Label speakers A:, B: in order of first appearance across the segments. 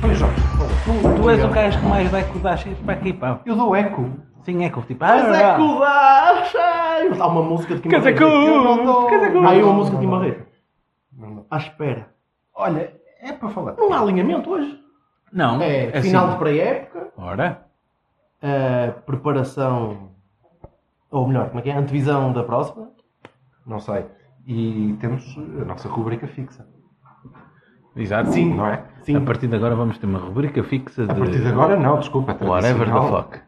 A: Pois Jorge, por favor.
B: Tu és o gajo que mais dá que dá para aqui, pá.
A: Eu dou eco.
B: Sim, é que eu tipo.
A: Mas
B: ah,
A: é que o dá, achei. Mas há uma música de Kim
B: Quer dizer
A: Barreto.
B: que o-
A: Eu não dou.
B: quer dizer que o-
A: Há aí uma música de Kim
B: Não, não.
A: Barreto. À espera.
C: Olha, é para falar.
A: Não há alinhamento hoje.
B: Não,
A: É,
B: assim.
A: final de pré-época.
B: Ora,
A: a preparação, ou melhor, como é que é? A antevisão da próxima.
C: Não sei. E temos a nossa rubrica fixa.
B: exato, sim.
C: Não é?
A: Sim.
B: A partir de agora vamos ter uma rubrica fixa de.
C: A partir de agora, não, desculpa. é
B: Whatever the
C: tradicional.
B: fuck.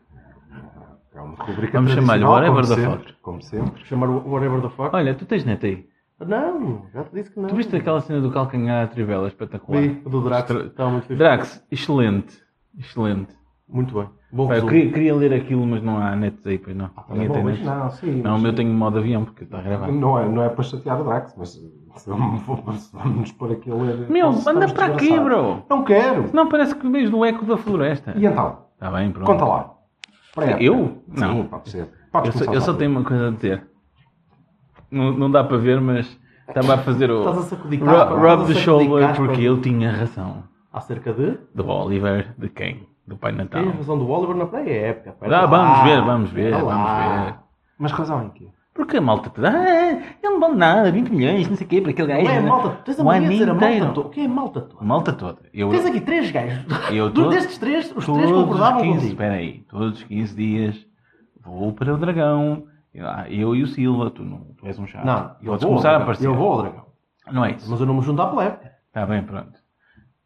C: É uma rubrica
B: Vamos
C: tradicional,
B: chamar-lhe Whatever
C: como
B: the
C: sempre,
B: fuck.
C: Como sempre.
A: Chamar o Whatever the Fuck.
B: Olha, tu tens net aí.
A: Não, já te disse que não.
B: Tu viste aquela cena do calcanhar à trivela espetacular?
A: Vi, o do Drax.
B: Estra-
A: Estava muito fixe.
B: Drax, excelente. Excelente.
A: Muito bem. Bom
B: Pá, eu
A: resumo.
B: queria, queria ler aquilo, mas não há net aí, pois não.
C: Ah, tá
B: Ninguém
C: bom,
B: tem
C: mas
B: net.
C: não, sim.
B: Não, o
C: mas-
B: meu tenho modo avião porque está a gravar.
C: Não é, não é para chatear o Drax, mas se eu me for- se vamos nos pôr aqui a ler.
B: Meu,
C: estamos
B: anda para aqui,
C: desgraçados.
B: bro!
C: Não quero!
B: Não, parece que vês no eco da floresta.
C: E então?
B: Está bem, pronto.
C: Conta lá. Pré-época.
B: Eu? Não.
C: Sim, pode ser. Podes
B: Eu só,
C: começar
B: eu só
C: tu.
B: tenho uma coisa a dizer. Não, não dá para ver, mas estava a fazer o.
A: Estás a sacudir
B: Ro-
A: caspa,
B: Rob
A: estás a
B: the
A: sacudir
B: Shoulder,
A: caspa.
B: porque ele tinha razão.
A: Acerca de.
B: Do Oliver, de quem? Do Pai Natal.
A: Tem a razão do Oliver na é pré-época. Espera
B: Ah,
A: Tá lá.
B: Então. vamos ver, vamos ver,
A: Espera lá.
B: vamos ver.
C: Mas razão em quê?
B: Porque a malta. Ah, ele não vale nada, 20 milhões, não sei o quê, para aquele gajo.
A: Não é
B: né?
A: malta. Tens a
B: O
A: mania
B: ano
A: de dizer a malta
B: inteiro.
A: toda. O que é malta toda?
B: A malta toda. Eu,
A: Tens aqui três gajos.
B: eu
A: Dos-
B: todo-
A: Destes três, os
B: todos
A: três concordavam
B: 15,
A: contigo.
B: Espera aí, todos os 15 dias vou para o Dragão. Eu, ah, eu e o Silva, tu, não, tu és um chato.
A: Não, eu
B: Podes
A: vou, ao
B: começar a
A: dragão.
B: aparecer.
A: Eu vou ao dragão.
B: Não é isso.
A: Mas eu não me junto à Tipo assim, plebe.
B: Está Tá bem, pronto.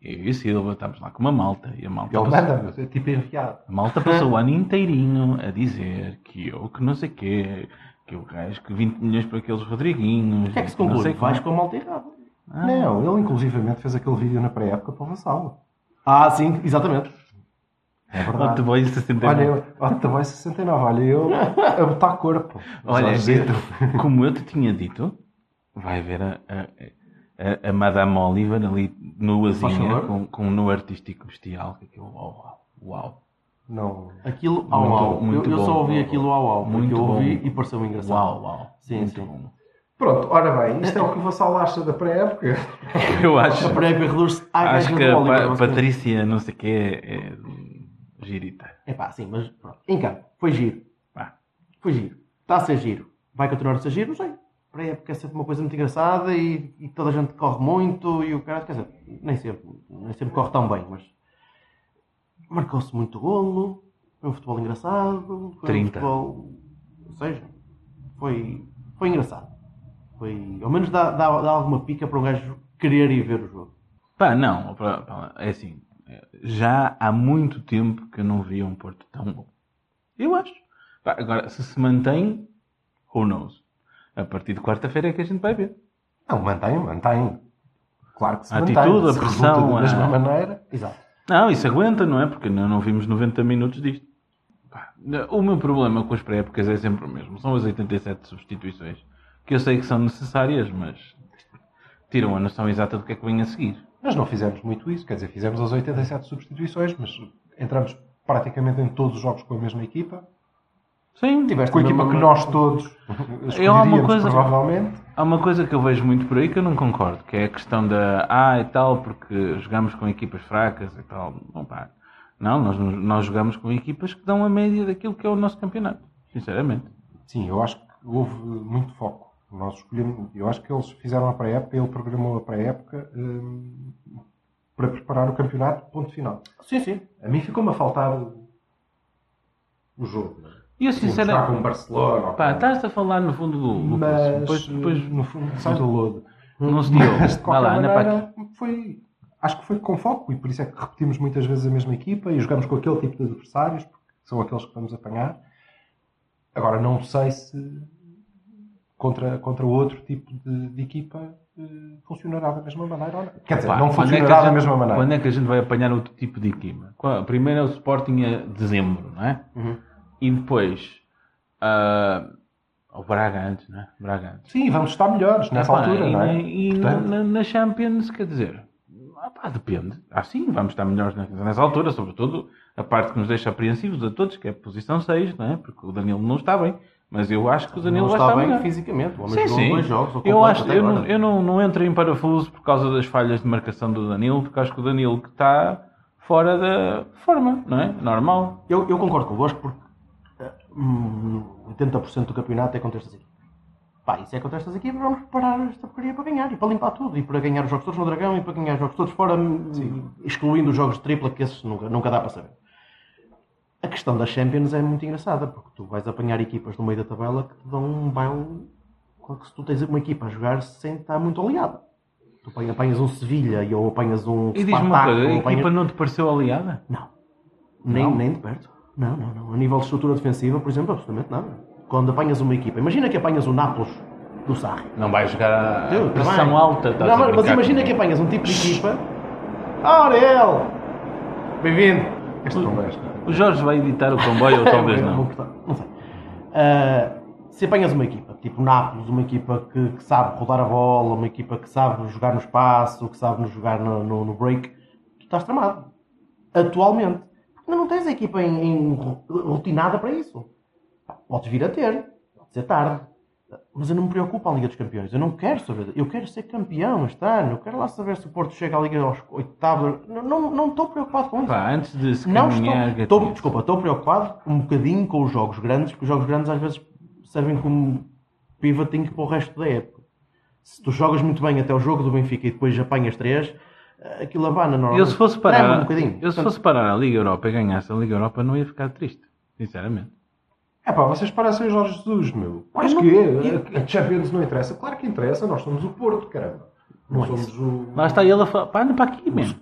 B: Eu e o Silva estamos lá com uma malta. E a malta,
C: Ele
B: passou,
C: manda, é tipo enviado.
B: a malta passou o ano inteirinho a dizer que eu que não sei quê, que o gajo que 20 milhões para aqueles Rodriguinhos.
A: O que é que se
B: não
A: conclui? é
B: sei
A: Vais
B: como.
A: com a malta errada.
B: Ah,
C: Não, ele inclusivamente fez aquele vídeo na pré-época para o Vassalo.
A: Ah, sim, exatamente.
C: É
B: lá te assim
C: verdade.
B: vou em 69.
C: Olha, eu, é ó, também 69, olha, eu a botar corpo.
B: Olha,
C: Jorge
B: eu-
C: Zito.
B: como eu te tinha dito, vai ver a, a, a, a Madame Oliver ali
A: Faz
B: nuazinha,
A: favor.
B: com, com um nu artístico bestial. que Aquilo, uau, uau,
C: Não.
A: Aquilo au
B: Muito-
A: au.
B: muito
A: eu, eu só
B: bom.
A: ouvi aquilo au au. Muito
B: Muito
A: eu ouvi
B: bom.
A: e pareceu engraçado.
B: uau, uau.
A: Sim,
B: muito
A: sim.
B: bom.
C: Pronto, ora bem, isto é o que o Vassalo acha da pré-época.
B: Eu acho,
A: A pré reduz-se à
B: acho
A: gaja
B: que
A: do
B: a
A: Oliver.
B: Pa-
A: basicamente.
B: Patrícia, não sei o que, é hum, girita.
A: É pá, sim, mas pronto. Em campo, foi giro.
B: Vá.
A: Foi giro. Está a ser giro. Vai continuar a ser giro? Não sei. Para a época é sempre uma coisa muito engraçada e, e toda a gente corre muito e o cara, quer dizer, nem sempre, nem sempre corre tão bem, mas marcou-se muito golo, foi um futebol engraçado, foi
B: 30.
A: um futebol. Ou seja, foi, foi engraçado. Foi, ao menos dá, dá, dá alguma pica para um gajo querer ir ver o jogo.
B: Pá, não, pá, pá, é assim, é, já há muito tempo que eu não via um Porto tão bom. Eu acho. Pá, agora, se se mantém, who knows? A partir de quarta-feira é que a gente vai ver.
C: Não, mantém, mantém. Claro que se
B: A
C: mantém.
B: atitude, é. a
C: se
B: pressão,
C: resulta
B: a-
C: Da mesma maneira.
A: Exato.
B: Não, isso aguenta, não é? Porque não, não vimos 90 minutos disto. Pá, O meu problema com as pré-épocas é sempre o mesmo. São as 87 substituições. Que eu sei que são necessárias, mas tiram a noção exata do que é que vem a seguir.
C: Nós não fizemos muito isso, quer dizer, fizemos as 87 substituições, mas entramos praticamente em todos os jogos com a mesma equipa.
B: Sim,
C: Com a equipa que nós todos
B: Eu há É uma
C: escolheríamos,
B: coisa-
C: provavelmente.
B: Há uma coisa que eu vejo muito por aí que eu não concordo, que é a questão da ah e tal, porque jogamos com equipas fracas e tal. Não, pá. Não, nós, nós jogamos com equipas que dão a média daquilo que é o nosso campeonato. Sinceramente.
C: Sim, eu acho que houve eh, muito foco. Nós escolhemos, eu acho que eles fizeram a pré-época, ele programou a pré-época hum, para preparar o campeonato, ponto final.
A: Sim, sim.
C: A mim ficou-me a faltar o o jogo. não é?
B: E eu
C: Vou jogar com
B: sinceramente.
C: o Barcelona. ou
B: Pá,
C: com-
B: estás a falar no fundo do Lucas.
C: Mas eh,
B: depois, depois
C: no fundo sai do lodo.
B: não se deu.
C: Mas de
B: Vá
C: qualquer
B: lá, anda para aqui.
C: maneira, foi, acho que foi com foco e por isso é que repetimos muitas vezes a mesma equipa e jogamos com aquele tipo de adversários, porque são aqueles que vamos apanhar. Agora não sei se contra, contra outro tipo de, de equipa eh, funcionará da mesma maneira ou não. Quer dizer,
B: Pá,
C: não
B: quando é que a
C: funcionará da
B: gente-
C: mesma maneira.
B: Quando é que a gente vai apanhar outro tipo de equipa? Qual- Primeiro é o Sporting a dezembro, não é?
C: Uhum.
B: E depois. ah, o Braga antes, não é? Braga antes.
C: Sim, vamos estar melhores nessa
B: Epá,
C: altura,
B: e,
C: não é?
B: na- E
C: Portanto-
B: na, na Champions, quer dizer, ah, pá, depende. Ah, sim, vamos estar melhores nessa, nessa altura, sobretudo a parte que nos deixa apreensivos a todos, que é a posição 6, não é? Porque o Danilo não está bem, mas eu acho que o
A: não
B: Danilo vai estar
A: está bem
B: melhor.
A: fisicamente. O homem
B: Sim,
A: jogou
B: sim.
A: dois jogos. ou
B: eu
A: completo
B: acho,
A: até
B: eu, não,
A: agora.
B: eu não, não entro em parafuso por causa das falhas de marcação do Danilo, porque acho que o Danilo que está fora da forma, não é? Normal.
A: Eu, eu concordo convosco porque eh, hum, 80% do campeonato é contra estas equipes. Pá, isso é contra estas equipes, vamos preparar esta porcaria para ganhar e para limpar tudo e para ganhar os jogos todos no Dragão e para ganhar os jogos todos fora, hum, excluindo os jogos de tripla, que esses nunca, nunca dá para saber. A questão das Champions é muito engraçada porque tu vais apanhar equipas no meio da tabela que te dão um baile quando se tu tens uma equipa a jogar sem estar muito aliada. Tu apanha- apanhas um Sevilha e ou apanhas um
B: E diz-me uma
A: Spartak,
B: coisa,
A: ou
B: a
A: apanhas-
B: equipa não te pareceu aliada?
A: não. Nem, nem de perto. Não, não, não. A nível de estrutura defensiva, por exemplo, absolutamente nada. Quando apanhas uma equipa, imagina que apanhas o Nápoles do Sarri.
B: Não vai jogar a
A: Tudo
B: pressão
A: bem.
B: alta, estás
A: Não,
B: a
A: mas, mas
B: brincar
A: imagina que
B: comigo.
A: apanhas um tipo de equipa. Ah, Aurel! Bem-vindo!
C: Esta conversa.
B: O Jorge vai editar o comboio ou
A: É,
B: talvez
A: Vou
B: não.
A: cortar. Não sei. Ah, se apanhas uma equipa, tipo o Nápoles, uma equipa que, que sabe rodar a bola, uma equipa que sabe jogar no espaço, que sabe no- jogar no, no- no break, tu estás tramado. Atualmente. Porque não tens a equipa em, em ro- rotinada para isso. Podes vir a ter, pode ser tarde. Mas eu não me preocupo a Liga dos Campeões. Eu não quero saber. Eu quero ser campeão este ano. Eu quero lá saber se o Porto chega à Liga aos oitavos. Não- Não não estou preocupado com isso.
B: Pá, antes de se
A: Não
B: caminhar,
A: estou,
B: gatinho,
A: estou- desculpa, estou preocupado um bocadinho com os jogos grandes, porque os jogos grandes às vezes servem como pivoting para o resto da época. Se tu jogas muito bem até o jogo do Benfica e depois apanhas três, eh, aquilo abana normalmente.
B: Eu se fosse
A: Trema
B: parar,
A: um bocadinho.
B: eu se fosse parar a Liga Europa e ganhasse a Liga Europa não ia ficar triste, sinceramente.
C: É pá, vocês parecem os Jorge Jesus, meu. Mas
B: é
A: não-
C: que é, a Champions não interessa. Claro que interessa, nós somos o Porto, caramba.
B: é
C: Não, somos o.
B: Lá está ele a falar, pá, anda para aqui mesmo.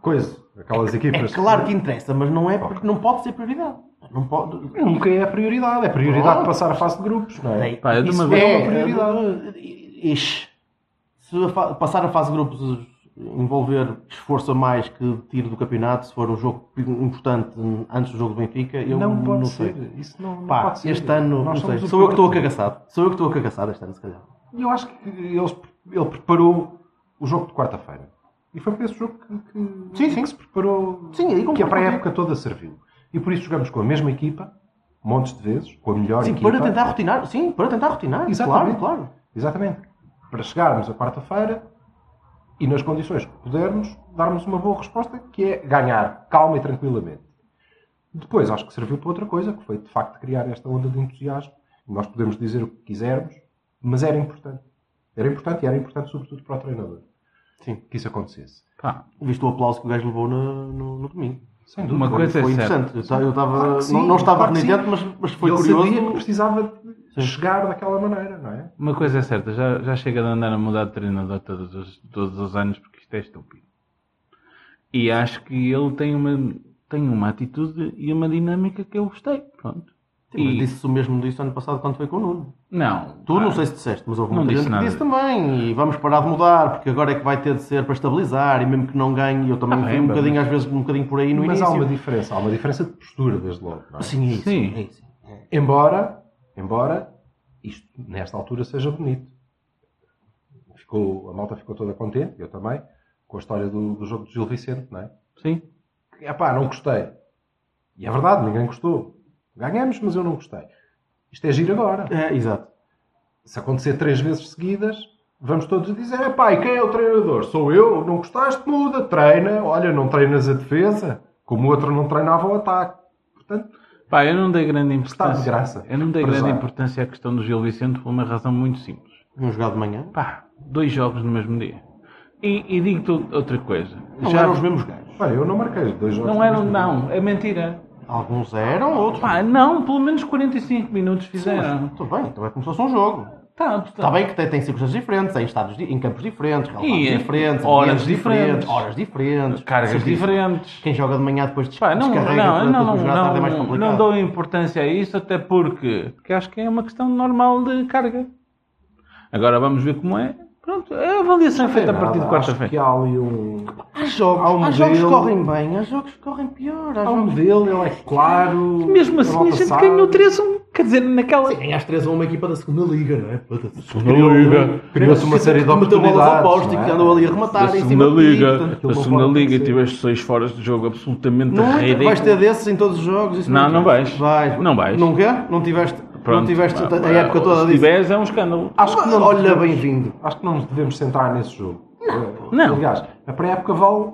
C: Coisa. Aquelas
A: É
C: equipas.
A: claro que interessa, mas não, é, porque não pode ser prioridade. Não pode.
C: Nunca é a prioridade. É a prioridade
A: Ah.
C: de passar a fase de grupos, não é?
A: Daí-
B: Pá, eu de uma
A: isso
B: vez-
A: é
C: uma prioridade.
A: Ixi. Se a fa- passar a fase de grupos envolver esforço a mais que tiro do campeonato, se for um jogo importante antes do jogo do Benfica, eu não,
C: não pode
A: sei.
C: ser. Isso não, não
A: Pá,
C: pode ser.
A: este ano, não
C: Nós
A: sei.
C: somos o
A: Sou eu que estou
C: Porto.
A: cagaçado. Sou eu que estou cagaçado este ano, se calhar.
C: E eu acho que eles, ele preparou o jogo de quarta-feira. E foi para esse jogo que, que,
A: Sim, sim.
C: que se preparou.
A: Sim, aí
C: que a
A: concordo
C: pré-época toda serviu. E por isso jogamos com a mesma equipa, montes de vezes, com a melhor
A: Sim,
C: equipa.
A: para tentar rotinar. Sim, para tentar rotinar.
C: Exatamente.
A: Claro, claro.
C: Exatamente. Para chegarmos à quarta-feira e nas condições que pudermos, darmos uma boa resposta, que é ganhar calma e tranquilamente. Depois, acho que serviu para outra coisa, que foi de facto criar esta onda de entusiasmo. Nós podemos dizer o que quisermos, mas era importante. Era importante e era importante, sobretudo, para o treinador.
A: Sim.
C: Que isso acontecesse.
B: Pá,
A: Viste o aplauso que o gajo levou no, no, no domingo.
C: Sem
B: Uma
C: Foi-
B: coisa é
A: Foi
B: certa.
A: interessante. Eu ta- Eu estava,
C: Claro que sim,
A: não, não estava
C: claro que
A: renitente,
C: sim.
A: mas, mas foi
C: Ele
A: curioso.
C: sabia que precisava de chegar daquela maneira, não é?
B: Uma coisa é certa, já, já chega de andar a mudar de treinador todos os, todos os anos porque isto é estúpido. E acho que ele tem uma, tem uma atitude e uma dinâmica que eu gostei. Pronto.
A: Sim, mas
B: E-
A: disse o mesmo disso ano passado quando foi com o Nuno.
B: Não.
A: Tu
B: pá,
A: não sei se disseste, mas houve
B: Ah. Não
A: muita
B: disse
A: gente
B: nada.
A: que disse também. E vamos parar de mudar, porque agora é que vai ter de ser para estabilizar. E mesmo que não ganhe, eu também
B: Ah,
A: fui
B: bem,
A: um
B: mas-
A: bocadinho, às vezes, um bocadinho por aí no
C: mas
A: início.
C: há uma diferença. Há uma diferença de postura, desde logo. Não é?
A: Sim, é isso.
B: Sim.
A: é isso.
C: Embora, embora isto nesta altura seja bonito. Ficou, a malta ficou toda contente, eu também, com a história do, do jogo do Gil Vicente, não é?
B: Sim.
C: Que, Epá, não gostei. E é verdade, ninguém gostou. Ganhamos, mas eu não gostei. Isto é giro agora.
A: É, exato.
C: Se acontecer três vezes seguidas, vamos todos dizer: epá, e quem é o treinador? Sou eu? Não gostaste? Muda, treina. Olha, não treinas a defesa, como o outro não treinava o ataque. Portanto,
B: Pá, eu não dei grande importância.
C: graça.
B: Eu não dei
C: Para
B: grande
C: já.
B: importância à questão do Gil Vicente por uma razão muito simples.
A: Um jogado de manhã.
B: Pá, dois jogos no mesmo dia. E, e digo-te outra coisa.
A: Não
B: Já-
A: eram os mesmos gajos.
C: olha, eu não marquei os dois jogos.
B: Não eram, não. É mentira.
A: Alguns eram, outros.
B: Pá, não, pelo menos 45 minutos
A: Mas,
B: fizeram.
A: tudo bem, então é como se fosse um jogo.
B: Tá,
A: Está bem que tem, tem circunstâncias diferentes, em estados, di- em campos diferentes,
B: E
A: relevâncias
B: em
A: diferentes,
B: horas
A: ambientes
B: diferentes.
A: horas diferentes,
B: Cargas
A: serviços.
B: diferentes.
A: Quem joga de manhã depois des-
B: Pá, não, não,
A: descarrega
B: não,
A: durante o
B: não,
A: jogo à tarde é mais
B: não,
A: complicado.
B: não dou importância a isso, até porque, porque acho que é uma questão normal de carga. Agora vamos ver como é. Pronto, a avaliação é feita a partir de
C: Nada, acho que
A: é
B: quarta-feira.
C: há ali um...
A: Há jogos,
C: Há um
A: há jogos que
C: modelo.
A: correm bem, há jogos que correm pior. Há
C: Há um
A: jogos...
C: modelo, ele é claro...
B: Mesmo assim,
C: Europa
B: a gente
C: sabe.
B: ganhou 3-1. Quer dizer, naquela.
A: Ganhaste 3 a uma equipa da segunda liga, não é? Foda-se.
B: Segunda Liga.
C: Criou-se uma série de
A: um- Meteu bolas ao poste
C: oportunidades.
A: e
C: não é?
A: que andou ali a rematar
B: da
A: em
B: segunda
A: cima de ti,
B: liga,
A: portanto,
B: da
C: não
B: segunda
C: pode
B: liga e
C: acontecer.
B: tiveste seis foras de jogo absolutamente
A: Não é?
B: ridículo.
A: vais ter desses em todos os jogos. isso
B: Não, não
A: quer.
B: vais. Não vais.
A: Não quer? Não tiveste, não
B: Pronto,
A: tiveste
B: pá,
A: a
B: pá,
A: época toda
B: Se
A: disso.
B: tiveres, é um escândalo.
C: Acho que não
A: Olha, bem-vindo.
C: Acho que não nos devemos centrar nesse jogo. Não.
B: Não.
C: Aliás, a pré-época vale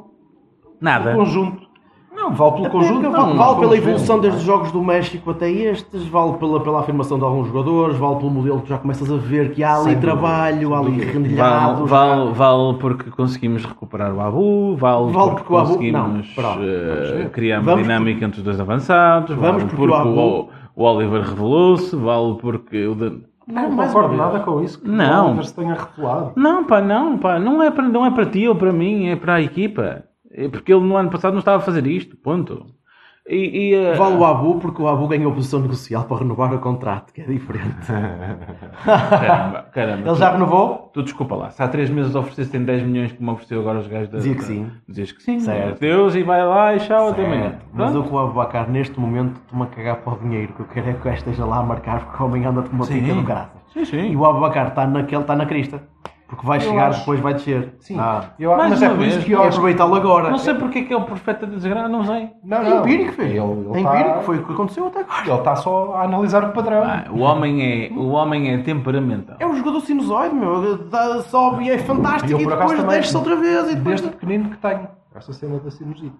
B: Nada.
C: pelo conjunto. Não, vale pelo
A: Conjunto,
C: conjunto.
A: vale,
C: não,
A: vale pela
C: não vamos ver,
A: evolução
C: não é?
A: desde os jogos do México até estes, vale pela, pela afirmação de alguns jogadores, vale pelo modelo que já começas a ver que há ali
C: Sem
A: trabalho, há ali
B: Vale,
A: rendilhado.
B: vale, vale porque conseguimos recuperar o Abu,
A: Vale
B: vale, porque
A: porque o Abu-
B: conseguimos
A: não, pronto,
B: eh,
C: ver.
B: criar uma
A: Vamos
B: dinâmica entre os dois avançados,
A: Vamos
B: vale
A: porque
B: porque,
A: o
B: o,
A: Abu-
B: o Oliver revelou-se, vale porque o Dan...
C: Não,
A: mais
C: concordo
A: uma vez.
C: nada com isso. Que
B: Não.
C: o Oliver se tenha revelado.
B: Não, pá, não, pá, não é, para, não é para ti ou para mim, é para a equipa. É porque ele no ano passado não estava a fazer isto, ponto. E, e, eh,
A: Vale o Abu porque o Abu ganhou posição negocial para renovar o contrato, que é diferente.
B: caramba, caramba,
A: Ele já renovou?
B: Tu desculpa lá, se há 3 meses oferecessem 10 milhões como ofereceu agora os gajos da.
A: Dizia que sim.
B: Dizias que sim.
A: Certo.
B: Deus e vai lá e tchau até amanhã.
A: Certo. Mas
B: Pronto.
A: o que o Abubacar neste momento toma a cagar para o dinheiro, que eu quero é que o gajo esteja lá a marcar porque o homem anda-te uma
B: Sim.
A: pica do graça.
B: Sim, sim.
A: E o Abubacar está naquele, está na crista. Porque vai
C: Eu
A: chegar,
C: acho-
A: depois vai descer.
C: Sim.
A: Ah.
C: Eu,
B: Mais
C: mas é
B: uma
C: por isso
B: vez,
C: que eu
A: E
C: acho...
A: aproveitá-lo agora.
B: Não sei porque é que é o profeta da desgraça, não sei.
C: Não,
A: É empírico, filho.
C: Ele, ele
A: é
C: tá-
A: empírico, foi o que aconteceu até agora.
C: Ele está só a analisar o padrão.
B: Ah, o, homem é, o homem é temperamental.
A: É um jogador sinusoide, meu. Dá- Sobe e é fantástico
C: Eu,
A: e
C: por acaso,
A: depois
C: também-
A: desce outra vez e depois...
C: Desde pequenino que tenho. Essa cena da sinusite.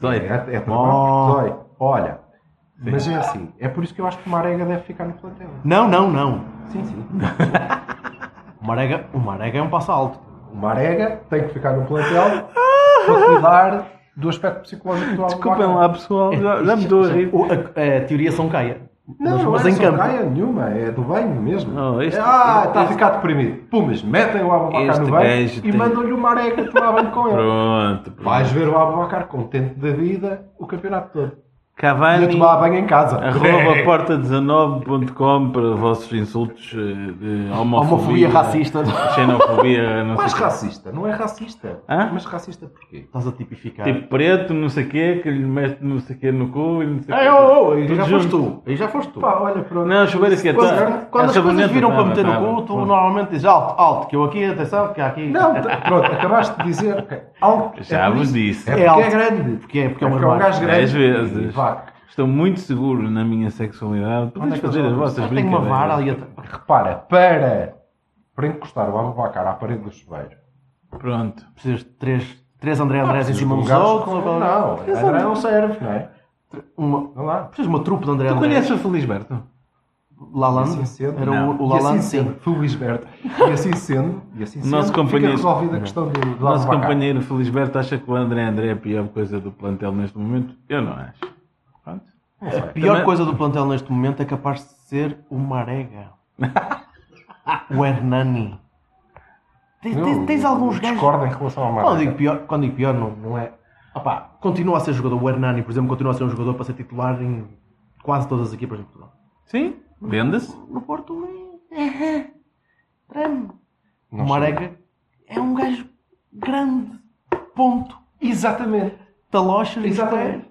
B: Dói.
C: É, é
A: Oh.
C: dói. Olha, mas é assim. É por isso que eu acho que o Marega deve ficar no plantel.
A: Não, não, não.
C: Sim, sim.
A: O Marega, o Marega é um passo alto.
C: O Marega tem que ficar no plantel para cuidar do aspecto psicológico do
B: Desculpem
C: Albuquerque.
B: lá, pessoal, já, já me estou a rir.
A: O- a, a teoria são caia.
C: Não, não
A: mas
C: é
A: em campo.
C: sacaia nenhuma, é do bem mesmo.
B: Não, Oh, este-
C: É, ah, está a
B: este-
C: ficar deprimido. Pumas, metem o Ababacar
B: Este
C: no banco
B: gajo
C: e
B: tem-
C: mandam-lhe o Marega tomar banho com ele.
B: Pronto. pronto.
C: Vais ver o Ababacar contente da vida o campeonato todo. E a
B: Cavani,
C: tomar banho em casa. É.
B: arroba porta19.com para vossos insultos eh, de homofobia,
A: Homofobia racista.
B: xenofobia, não
C: Mas
B: sei o quê.
C: racista, não é racista.
B: Hã?
C: Mas racista porquê?
A: Estás a tipificar.
B: Tipo preto, não sei o quê, que lhe mete não sei o quê no cu e não sei o quê.
A: Ei, oh, oh, aí
B: Tudo
A: já
B: junto.
A: foste tu. Aí já foste tu.
C: Pá, olha, pronto.
B: Não, chuveiro aqui é
A: Quando,
B: tá-
A: quando
B: é
A: as coisas
B: sabonete,
A: viram
B: tá,
A: para meter
B: tá,
A: no cu,
B: tá,
A: tu
B: pronto.
A: normalmente dizes alto, alto, que eu aqui, atenção, que há aqui. é
C: Não, tá- pronto, acabaste de dizer. ok, Alto.
B: Já
C: é por
B: vos
C: isso.
B: disse.
C: É
A: É
C: porque é
A: alto.
C: grande.
A: Porque é, porque
C: É
A: é um
C: porque é um
A: armário.
C: gajo grande.
B: Dez vezes.
C: Vá.
B: Estou muito seguro na minha sexualidade.
C: Onde é
B: Podes
C: que eu
B: fazer
C: sou?
B: as vossas
A: Ah, Tem uma
B: brincadeiras.
A: vara ali atrás.
C: Repara, para, para encostar o Ababacar à parede do chuveiro.
B: Pronto.
A: Precisas de três, três André Andrés em cima
C: Um
A: dos
C: gajo-
A: outros. ou-
C: Não, André não serve, não é?
A: Uma,
C: Vá lá.
A: precisas de uma trupe de André
B: Tu
A: Andrés.
B: conheces o Felisberto?
A: Lalande?
C: E assim sendo,
A: Era
B: não.
A: o, o Lalande,
C: e assim
A: sim.
C: sendo, Fui o Lisberto. E assim sendo, e assim sendo,
B: Nosso
C: fica
B: companheiro-
C: resolvida a questão do, do
B: O nosso
C: Ababacar.
B: companheiro Felisberto acha que o André André é a pior coisa do plantel neste momento? Eu não acho. Pronto.
A: A pior
B: Também-
A: coisa do plantel neste momento é capaz de ser o Marega. o Hernani. Tens,
C: Eu
A: tens- tens alguns gajos.
C: Discordo em relação ao
A: Quando digo
C: Marco.
A: pior, quando digo pior não, não é. Opá, continua a ser jogador. O Hernani, por exemplo, continua a ser um jogador para ser titular em quase todas as equipas de Portugal.
B: Sim, vende-se.
A: No Porto é. Treme. O Marega é um gajo grande. Ponto. é-
C: Exatamente.
A: Talocha,
C: Exatamente.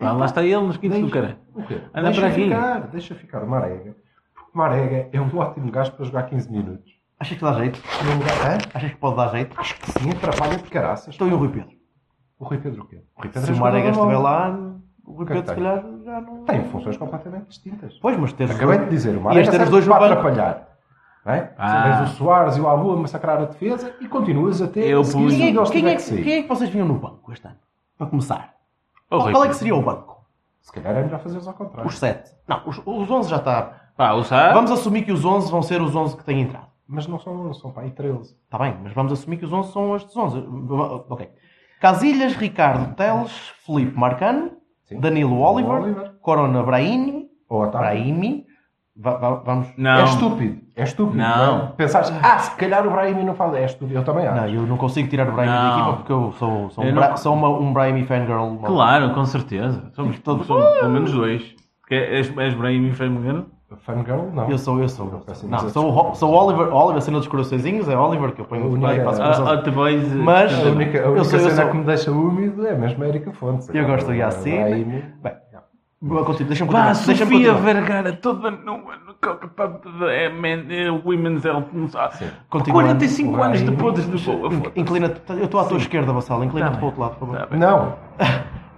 B: Lá, lá está ele nos quintos do cara.
C: O quê?
B: Anda
C: deixa
B: para aqui.
C: ficar, deixa ficar o Marega. Porque o Marega é um ótimo gajo para jogar 15 minutos.
A: Achas que dá jeito?
C: Não dá- Hã?
A: Achas que pode dar jeito?
C: Acho que sim, atrapalha de caraças.
A: Estou em um o Rui Pedro.
C: O Rui Pedro o quê? O Rui Pedro
A: Então Se
C: é
A: o Marega
C: jogador
A: estiver
C: bom.
A: lá, o Rui
C: Quem
A: Pedro se
C: tem?
A: calhar já não.
C: Tem funções completamente distintas.
A: Pois, mas teres.
C: Tá Acabei de dizer, o Marega
A: Ias ter os
C: serve
A: dois no
C: para
A: banco.
C: atrapalhar. Não é?
B: Ah.
C: Tens o Soares e o Abu a massacrar a defesa e continuas a ter...
B: Eu
C: a seguir,
B: pus-
C: se
A: Quem é,
C: Deus
A: quem,
C: tiver
A: é,
C: que sair.
A: quem é que vocês vinham no banco este ano? Para começar.
B: Oh,
A: qual,
B: Rui
A: qual é que
B: Pedro.
A: seria o banco?
C: Se calhar é melhor fazeres ao contrário.
A: Os 7. Não, os, os 11 já está.
B: Pá, o Sá.
A: Vamos assumir que os 11 vão ser os 11 que têm entrado.
C: Mas não são 11, são para aí 13.
A: Está bem, mas vamos assumir que os 11 são estes 11. Ok. Casilhas, Ricardo, Teles, Felipe Marcano,
C: Sim. Tá.
A: Danilo Oliver, Corona Brahimi,
C: Ou Otávio.
A: Brahimi. Va- va- vamos.
C: É
B: Não.
C: estúpido. É estúpido.
B: Não.
C: é? Pensaste, ah, se calhar o Brahimi não fala. É estúpido. Eu também acho.
A: Não, eu não consigo tirar o Brahimi da
B: Não.
A: equipa porque eu sou, sou, um,
B: Eu
A: Bra-
B: não-
A: sou uma, um Brahimi fangirl.
B: Claro, com certeza. Somos,
A: Todos-
B: é, somos pelo menos dois. Que- És, és Brahim e Frei Moreno?
C: A fangirl, não.
A: Eu sou, eu sou.
C: Não, peço
A: Não,
C: imensa
A: sou o Ro- sou o Oliver, Oliver cena dos coraçõezinhos, é Oliver que eu ponho
C: O
A: no e
C: Oliver.
A: faço
C: Ah,
A: coração.
B: Ah, Hot Boys.
A: Mas-
C: A única, a
A: Eu
C: única
A: sou- eu
C: cena
A: sou.
C: que me deixa úmido é mesmo a Erika Fontes.
A: Eu gosto do Yassin. Bem, agora continua- deixa-me continuar.
B: Pá,
A: Deixa
B: Sofia Vergara toda nua no cockpit da men- eh, Women's Health. não sabe.
A: Continuando.
B: 45 anos
C: Vai.
B: de podres de boa. foda-se.
A: Inclina-te, eu estou à tua esquerda, Vassal, inclina-te
B: Tá
A: para o outro lado, por favor.
B: Tá bem.
C: Não.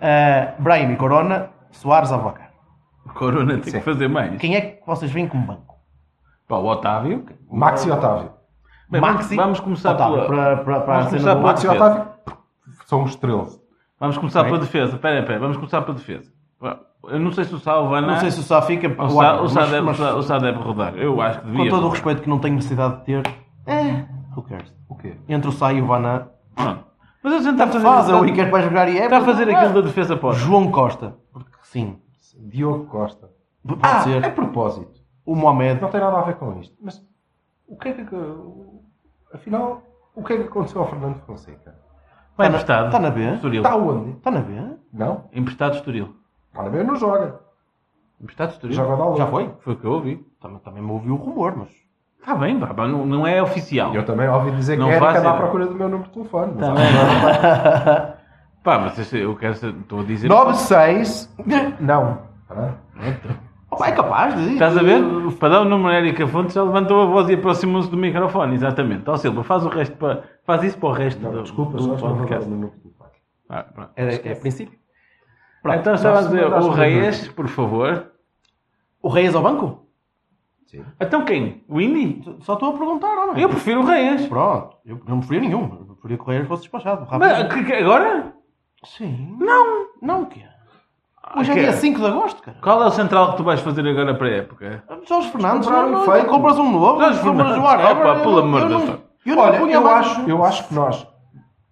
A: Ah, Brahim e Corona, Soares Avacar.
B: Corona tem que fazer mais.
A: Quem é que vocês veem como banco?
B: Pá, o Otávio.
C: Max e Otávio.
B: Bem, vamos- Vamos começar
A: Otávio,
B: pela.
A: para, para, para
B: vamos
A: a cena do-
B: começar pela-
C: Max e
B: Pedro.
C: Otávio são os 13.
B: Vamos começar
A: Ok.
B: pela defesa. Pera, pera, vamos começar pela defesa. Vá, Eu não sei se o Sá ou o Vaná.
A: Não sei se o Sá fica.
B: o
A: o
B: Sá,
A: Agra,
B: o Sá
A: mas-
B: deve,
A: mas
B: o Sá- o Sá deve rodar. Eu acho que devia.
A: Com todo o respeito que não tenho necessidade de ter. É. Who cares?
C: O quê?
A: Entre o Sá e o Vaná.
B: Pronto. Mas a gente está a fazer.
A: Faz, é o
B: está,
A: Iker que vai jogar e é.
B: está a fazer
A: mas-
B: aquilo da defesa pós.
A: João Costa. Porque sim.
C: Diogo Costa.
A: Pode
C: Ah,
A: ser.
B: é-
C: a propósito.
A: O Mohamed.
C: Não tem nada a ver com isto. Mas o que é que. Afinal, o que é que aconteceu ao Fernando Fonseca?
A: tá na-
B: Vai emprestado.
A: está na B? Tá.
B: Estoril.
C: Está onde?
A: Está na B?
C: Não?
B: Emprestado Estoril.
C: Está bem, não joga.
B: Emprestado Estoril.
C: Joga da
A: Já foi?
B: Foi o que eu ouvi.
A: Também, também me ouvi o rumor, mas.
B: Está Tá bem, vá, vá, não, não é oficial.
C: Eu também ouvi dizer
B: Não
C: que era
B: faço
C: que anda à
B: ideia.
C: procura do meu número de telefone. mas-
B: Também. Pá, mas este- eu quero ser, estou a dizer.
C: 96. Não. Ah,
A: Opa, é capaz de.
B: Estás a ver? Para dar o número à Erika Fontes, já levantou a voz e aproximou-se do microfone, exatamente. Ó Silva, faz o resto para. Faz isso para o resto
C: não,
B: do,
C: desculpa,
B: do
C: só estou a falar
B: podcast.
C: do número de telefone.
B: Ah, pronto.
A: É, é princípio. Pronto.
B: Então estava a dizer,
C: nós-
B: o Reyes, por favor.
A: O Reis ao banco?
B: Então quem? O Indy?
A: Só estou a perguntar, homem.
B: Eu prefiro o Reyes.
A: Pronto. Eu não preferia nenhum. Eu preferia que o Reis fosse despachado.
B: Mas,
A: Rápido.
B: que- que- agora?
A: Sim. Não. Não o quê? Hoje é
B: Ah, que-
A: dia 5 de agosto, cara.
B: Qual é o central que tu vais fazer agora para a época?
A: Jorge Fernandes,
C: Compraram
B: é
A: não,
C: um
A: não,
C: feito.
A: compras um novo,
B: Jorge
A: compras
B: Fernandes.
A: o whatever.
B: Opa,
A: eu
B: pelo
A: não-
B: amor
A: eu
B: de
A: não-
B: Deus.
A: Eu não
C: Olha,
A: punha
C: eu
A: mais
C: acho,
A: um.
C: eu acho que nós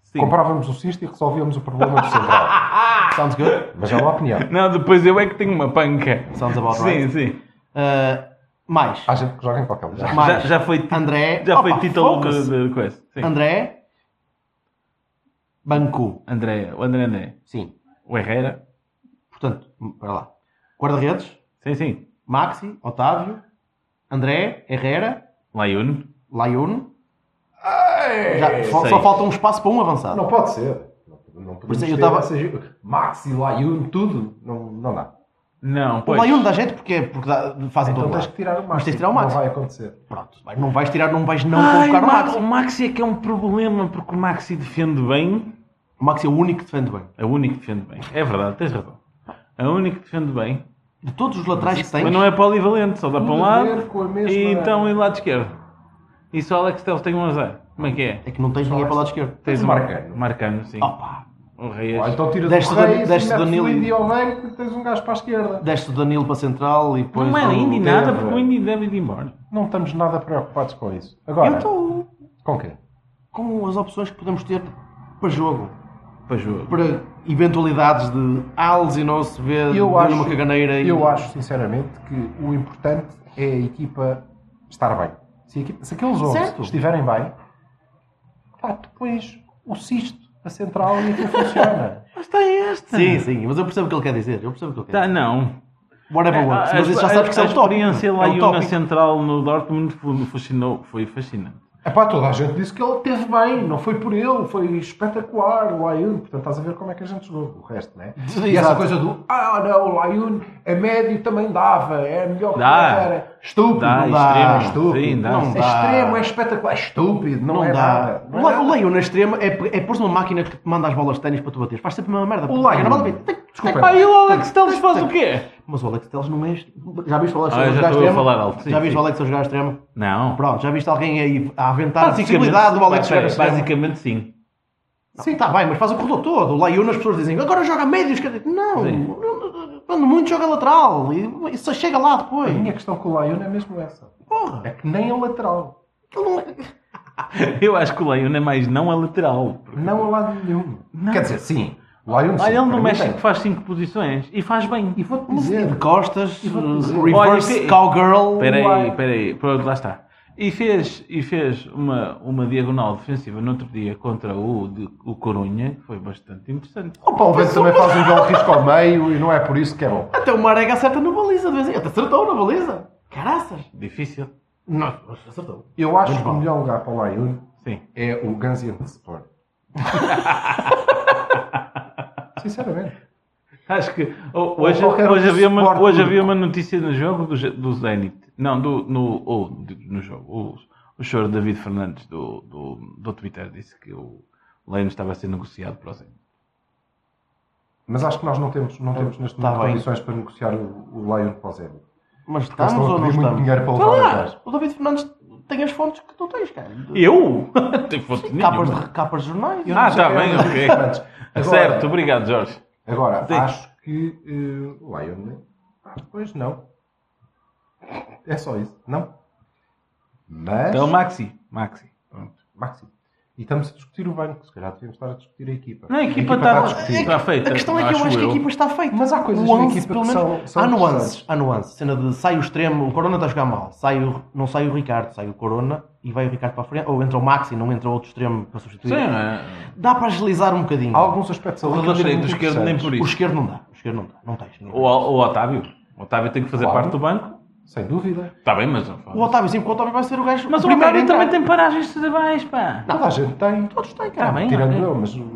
B: Sim.
C: comprávamos o cisto e resolvíamos o problema do central.
A: Ah, Sounds good.
C: Mas é uma opinião.
B: Não, depois eu é que tenho uma panca.
A: Sounds about
B: sim,
A: right.
B: sim.
A: Ah, mais.
C: Há gente que joga em qualquer lugar.
B: Já,
A: mais.
B: já foi, ti-
A: André.
C: Ah,
B: já foi
A: Opa,
B: título
A: focus.
B: de, de coisa. Sim.
A: André. Banco.
B: André, o André André.
A: Sim.
B: O Herrera.
A: Portanto, hum, para lá. Guarda-redes.
B: Sim, sim.
A: Maxi, Otávio. André, Herrera,
B: Laiune.
A: Laione. Já, só,
B: sei.
A: só falta um espaço para um avançado.
C: É. Não pode ser. Não, não
A: Por
C: podemos
A: isso eu
C: ter
A: tava-
C: essas- Maxi, Layun, tudo. Não, não dá.
B: Não,
A: o
B: pois.
A: Laione dá jeito porque, é, porque dá- fazem
C: Então
A: todo
C: tens
A: lado.
C: que tirar o Maxi.
A: Mas tens de tirar o Maxi.
C: Não vai acontecer.
A: Pronto, vai, não vais tirar, não vais não
B: Ai,
A: colocar o
B: Ma-
A: Maxi.
B: o um Maxi é que é um problema, porque o Maxi defende bem.
A: O Maxi é o único que defende bem.
B: É o único que defende bem. É verdade, tens razão. É o único que defende bem.
A: De todos os laterais que tens,
B: Mas não é polivalente, só dá para um
C: Tudo a ver
B: lado
C: com a mesma-
B: e então e lado esquerdo. E só Alex Telles tem um azar. Como é que é?
A: é que não tens um- ninguém para o lado esquerdo.
B: Tens um
C: o Marcano.
B: Marcano, sim.
A: Opa,
B: O Reyes.
C: Ou então tiras
A: Deste
C: o Reis
A: Dan- deste
C: e metes
A: Danilo.
C: o Indy ao meio que tens um gajo para a esquerda.
A: deste o Danilo para a central e depois.
B: não é
A: o-
B: Indy nada, porque o Indy deve ir embora.
C: Não estamos nada preocupados com isso. Agora,
A: Eu estou
C: com quem?
A: Então, com as opções que podemos ter para jogo.
B: Para jogo.
A: Para eventualidades de Alves e não se vê
C: Eu
A: numa
C: acho,
A: caganeira. e-
C: eu acho sinceramente que o importante é a equipa estar bem. Se, a equipa- se aqueles 11
A: Certo.
C: estiverem bem, pá, tu pões o cisto, a central e aquilo funciona.
B: Mas está este.
A: Sim, sim, mas eu percebo o que ele quer dizer. Eu percebo o que ele quer
B: Tá,
A: dizer.
B: não.
A: Whatever works.
B: É, a,
A: Mas isso já
B: a-
A: sabes que isso
B: a
A: é o top.
B: experiência lá
A: é o
B: e na
A: top.
B: central no Dortmund foi fascinou- foi fascinante.
C: É pá, toda a gente disse que ele teve bem, não foi por ele, foi espetacular o Layun. Portanto, estás a ver como é que a gente jogou o resto, né? E essa
A: Exato.
C: coisa do ah, não, o Layun a médio também dava, é melhor que
B: Dá.
C: era. Estúpido,
B: Dá,
C: não dá. é
B: extremo,
C: estúpido.
B: sim, dá.
C: Não
A: Não
C: é
A: dá.
C: extremo, é espetacular, é estúpido, não,
A: Não
C: é
A: dá.
C: nada.
A: O le- O leio na extrema é, p- é pôr-se uma máquina que te manda as bolas de ténis para tu bater. Faz sempre a mesma merda. É
C: O Lyon.
A: Não vale a pena. Tem- tem-
C: Desculpa.
B: Aí o Alex Telles faz o quê?
A: Mas o Alex Teles não é. este. Já viste o Alex Teles
B: Ah, eu
A: jogar
B: já estou a
A: extremo?
B: falar alto, sim,
A: Já viste
B: sim.
A: o Alex a jogar extremo?
B: Não.
A: Pronto, já viste alguém aí a aventar a possibilidade do Alex jogar
B: Basicamente- é
A: extremo?
B: basicamente sim.
A: Sim, está bem, mas faz o corredor todo. O Laiuna as pessoas dizem agora joga médio esquerdo. Não,
B: Sim.
A: quando muito joga lateral e, e só chega lá
C: A
A: depois.
C: minha questão com o Layun é mesmo essa.
A: Porra,
C: É que nem a lateral.
A: ele não é-
B: Eu acho que o Leon é mais não a lateral.
C: Não a lado nenhum. Quer dizer, sim. O Layun sim.
B: Olha, ele
C: para
B: no
C: mim
B: México
C: tem.
B: faz 5 posições e faz bem.
C: E vou-te
A: Mas
C: dizer.
A: De costas,
C: dizer.
A: reverse
B: Olha, que-
A: cowgirl.
B: Peraí,
A: uai.
B: peraí, pronto, lá está. E fez, e fez uma, uma diagonal defensiva no outro dia contra o, de- o Corunha, que foi bastante interessante.
C: O Paulo Bento também faz um belo risco ao meio e não é por isso que é bom.
A: Até o Marega acerta na baliza. de vez em- Até acertou na baliza. Caraças!
B: Difícil.
A: Não, mas acertou.
C: Eu acho
A: Muito
C: que o
A: bom.
C: melhor lugar para o Lion
B: Sim.
C: é o Guns N' Sport. Sinceramente.
B: Acho que ho- hoje,
C: qualquer
B: hoje,
C: outro
B: havia, uma,
C: esporte.
B: hoje havia uma notícia no jogo do, Ge- do Zenit. Não, do, no, ou de- no jogo. O, o senhor David Fernandes do, do, do Twitter disse que o Leno estava a ser negociado para o Zenit.
C: Mas acho que nós não temos, não temos neste
A: Tá
C: momento
A: bem.
C: condições para negociar o, o Lion para o Zé.
A: Mas
C: Porque
A: estamos
C: senão
A: ou não
C: pedi muito
A: estamos?
C: dinheiro para
A: Sei
C: levar
A: lá,
C: atrás.
A: o David Fernandes tem as fontes que tu tens, cara. De-
B: Eu? Tem fosse
A: Capas
B: nenhuma.
A: de, capas de jornais.
B: Ah, está bem,
C: Era
B: ok.
C: antes. Agora-
B: Certo, obrigado, Jorge.
C: Agora,
B: Sim.
C: acho que eh, o Lion. Ah, pois não. É só isso. Não. Mas.
B: Então, Maxi. Maxi. Pronto.
C: é Maxi. E estamos a discutir o banco. Se calhar devíamos estar a discutir a equipa. tá
B: Não, a equipa
A: tá
B: está,
C: a discutir.
B: está feita.
A: A questão é que eu acho que a equipa está feita.
C: Mas há coisas
A: O
C: na
A: onze,
C: equipa
A: pelo
C: que
A: menos-
C: são- são
A: há nuances.
C: interessantes.
A: Há nuances. Cena de sai o extremo, o Corona está a jogar mal. Sai o, não sai o Ricardo, sai o Corona e vai o Ricardo para a frente. Ou entra o Maxi, não entra outro extremo para
B: Sim,
A: substituir.
B: não é?
A: Dá para agilizar um bocadinho.
C: Há alguns aspectos ali.
B: O lado
C: que eu achei
B: direito, o
C: muito
B: esquerdo, nem
C: interessantes.
B: por
A: O
B: isso.
A: esquerdo não dá. O esquerdo não dá. Não tens. ninguém.
B: O, o Otávio. O Otávio tem que fazer
C: Claro.
B: parte do banco.
C: Sem dúvida.
B: Está bem, mas não
A: O Otávio, sim, porque o Otávio vai ser o gajo.
B: Mas o
A: primeiro
B: Otávio
A: em
B: também
A: campo.
B: tem paragens centrais, pá.
C: Toda a gente tem.
A: Todos têm, É.
B: Tá
A: cara.
B: bem.
C: Tirando
B: ok.
C: eu, mas uh,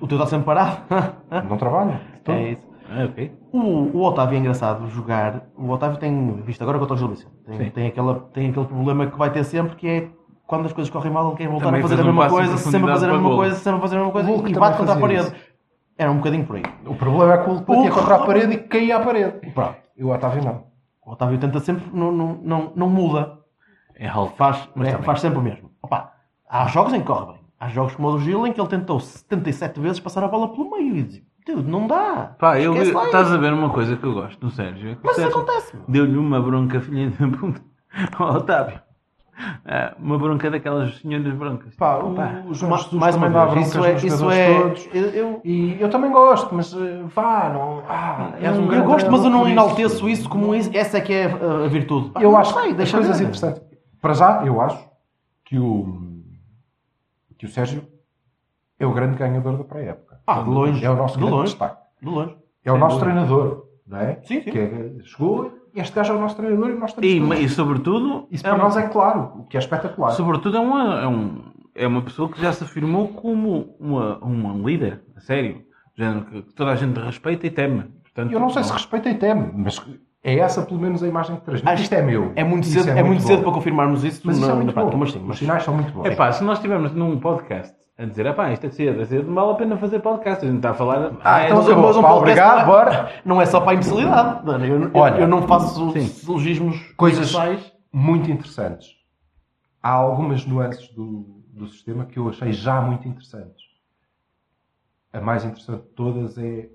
A: O teu está sempre parado.
C: não trabalho. Então,
A: é isso.
B: Ah, ok.
A: O, o Otávio é engraçado jogar. O Otávio tem visto agora contra o Gil Vicente.
B: Sim.
A: Tem, tem, aquela, tem aquele problema que vai ter sempre que é quando as coisas correm mal, ele quer voltar
B: Também
A: a fazer a
B: fez um
A: mesma
B: passe em
A: coisa, sempre a
B: profundidade
A: fazer a
B: para
A: mesma
B: golo.
A: coisa, sempre a fazer a mesma coisa
C: O Hulk
A: e
C: também
A: bate contra a
C: fazia
A: parede. Era um bocadinho por aí.
C: O problema é que o Hulk
A: O
C: batia
A: Hulk-
C: contra a parede e caía à parede. E pronto. E o Otávio não.
A: O Otávio tenta sempre, não, não, não, não muda.
B: É Ralph.
A: Faz,
B: Mas
A: é,
B: também.
A: faz sempre o mesmo. Opa, há jogos em que corre bem. Há jogos como o do Gil em que ele tentou 77 vezes passar a bola pelo meio e diz, dude, não dá.
B: Pá, eu,
A: Esquece lá
B: estás
A: isso."
B: a ver uma coisa que eu gosto do Sérgio. é que o
A: Mas isso
B: Sérgio
A: acontece. meu.
B: Deu-lhe uma bronca, filha da puta, ao Otávio. Ah, uma bronca daquelas senhoras brancas.
C: Pá,
B: Pá.
C: o, o Jorge
A: Ma-
C: Jesus
A: Mais uma
C: também dá
A: vez, isso é,
C: broncas nos
A: isso
C: jogadores
A: é,
C: todos.
A: eu- eu,
C: E eu também gosto, mas eh, vá, não. Ah, és um
A: Eu,
C: grande
A: gosto, mas eu não
C: treinador por
A: enalteço isso como is- essa é que é a, a virtude. Pá,
C: Eu
A: não
C: acho
A: sei,
C: as
A: deixa
C: coisas
A: ver.
C: interessantes. Para já, eu acho que o, que o Sérgio é o grande ganhador da pré-época.
A: Ah, de longe.
C: É o nosso
A: de
C: grande
A: longe.
C: destaque.
A: De longe.
C: É o
B: Sem
C: nosso
B: dúvida.
C: treinador, não é?
A: Sim, sim.
C: Que é- chegou, este gajo é o nosso treinador e nós
B: E,
C: temos.
B: e sobretudo,
C: Isso
B: é
C: para
B: um-
C: nós é claro, o que é espetacular.
B: sobretudo é, uma, é, um- é uma pessoa que já se afirmou como uma, uma líder, a sério. Do género que toda a gente respeita e teme. Portanto,
C: Eu não sei se respeita e teme, mas é essa pelo menos a imagem que transmite.
A: Acho-
C: Isto é meu.
A: É muito
C: Isso
A: cedo, é muito
C: bom.
A: cedo para confirmarmos isso
C: Mas isso
A: na,
C: é
A: na
C: muito
A: prática,
C: bom.
A: mas sim. Mas
C: Os sinais são muito bons.
B: É pá, se nós estivermos num podcast a dizer, é pá, isto é cedo, é cedo, não vale a pena fazer podcast. A gente está a falar.
C: Ah, então
A: mas-
C: acabou.
A: mas um
C: Pá,
A: podcast
C: obrigado,
A: não é-
C: bora.
A: não é só para a imbecilidade. mano. Eu, eu-
C: Olha,
A: eu não faço
B: sim.
A: silogismos
C: Coisas-
A: pessoais.
C: Muito interessantes. Há algumas nuances do, do sistema que eu achei já muito interessantes. A mais interessante de todas é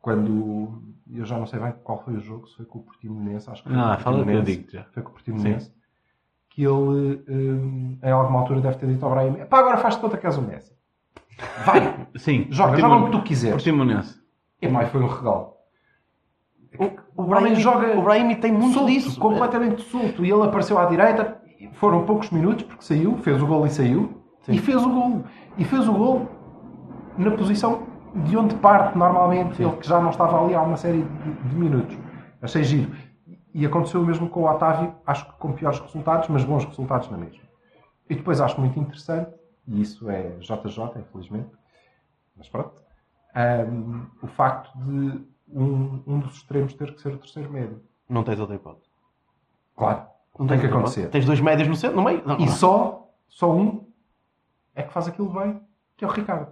C: quando. Eu já não sei bem qual foi o jogo, se foi com o Portimonense, acho que foi
B: Não,
C: com o
B: fala que eu
C: Portimonense.
B: digo já.
C: Foi com o Portimonense. Que ele, hum, em alguma altura, deve ter dito ao Brahim: pá, agora faz-te conta que és o Messi. Vai,
B: Sim,
C: joga, joga onde tu quiseres.
B: Portimonense.
C: E mais foi um regalo.
A: O Brahim
C: Brahim joga
A: o Brahimi tem muito
C: solto,
A: disso.
C: completamente solto. E ele apareceu à direita, foram poucos minutos, porque saiu, fez o gol e saiu. E fez o gol. E fez o gol na posição de onde parte normalmente, ele que já não estava ali há uma série de, de minutos. Achei giro. E aconteceu o mesmo com o Otávio, acho que com piores resultados, mas bons resultados na mesma. E depois acho muito interessante, e isso é JJ, infelizmente, mas pronto, hum, o facto de um, um dos extremos ter que ser o terceiro médio.
A: É. Não tens outra hipótese.
C: Claro.
A: Não
C: tem
A: tens
C: que
A: outra
C: acontecer.
A: hipótese. Tens dois médios no centro, no meio. Não,
C: E
A: não.
C: só, só um é que faz aquilo bem, que é o Ricardo.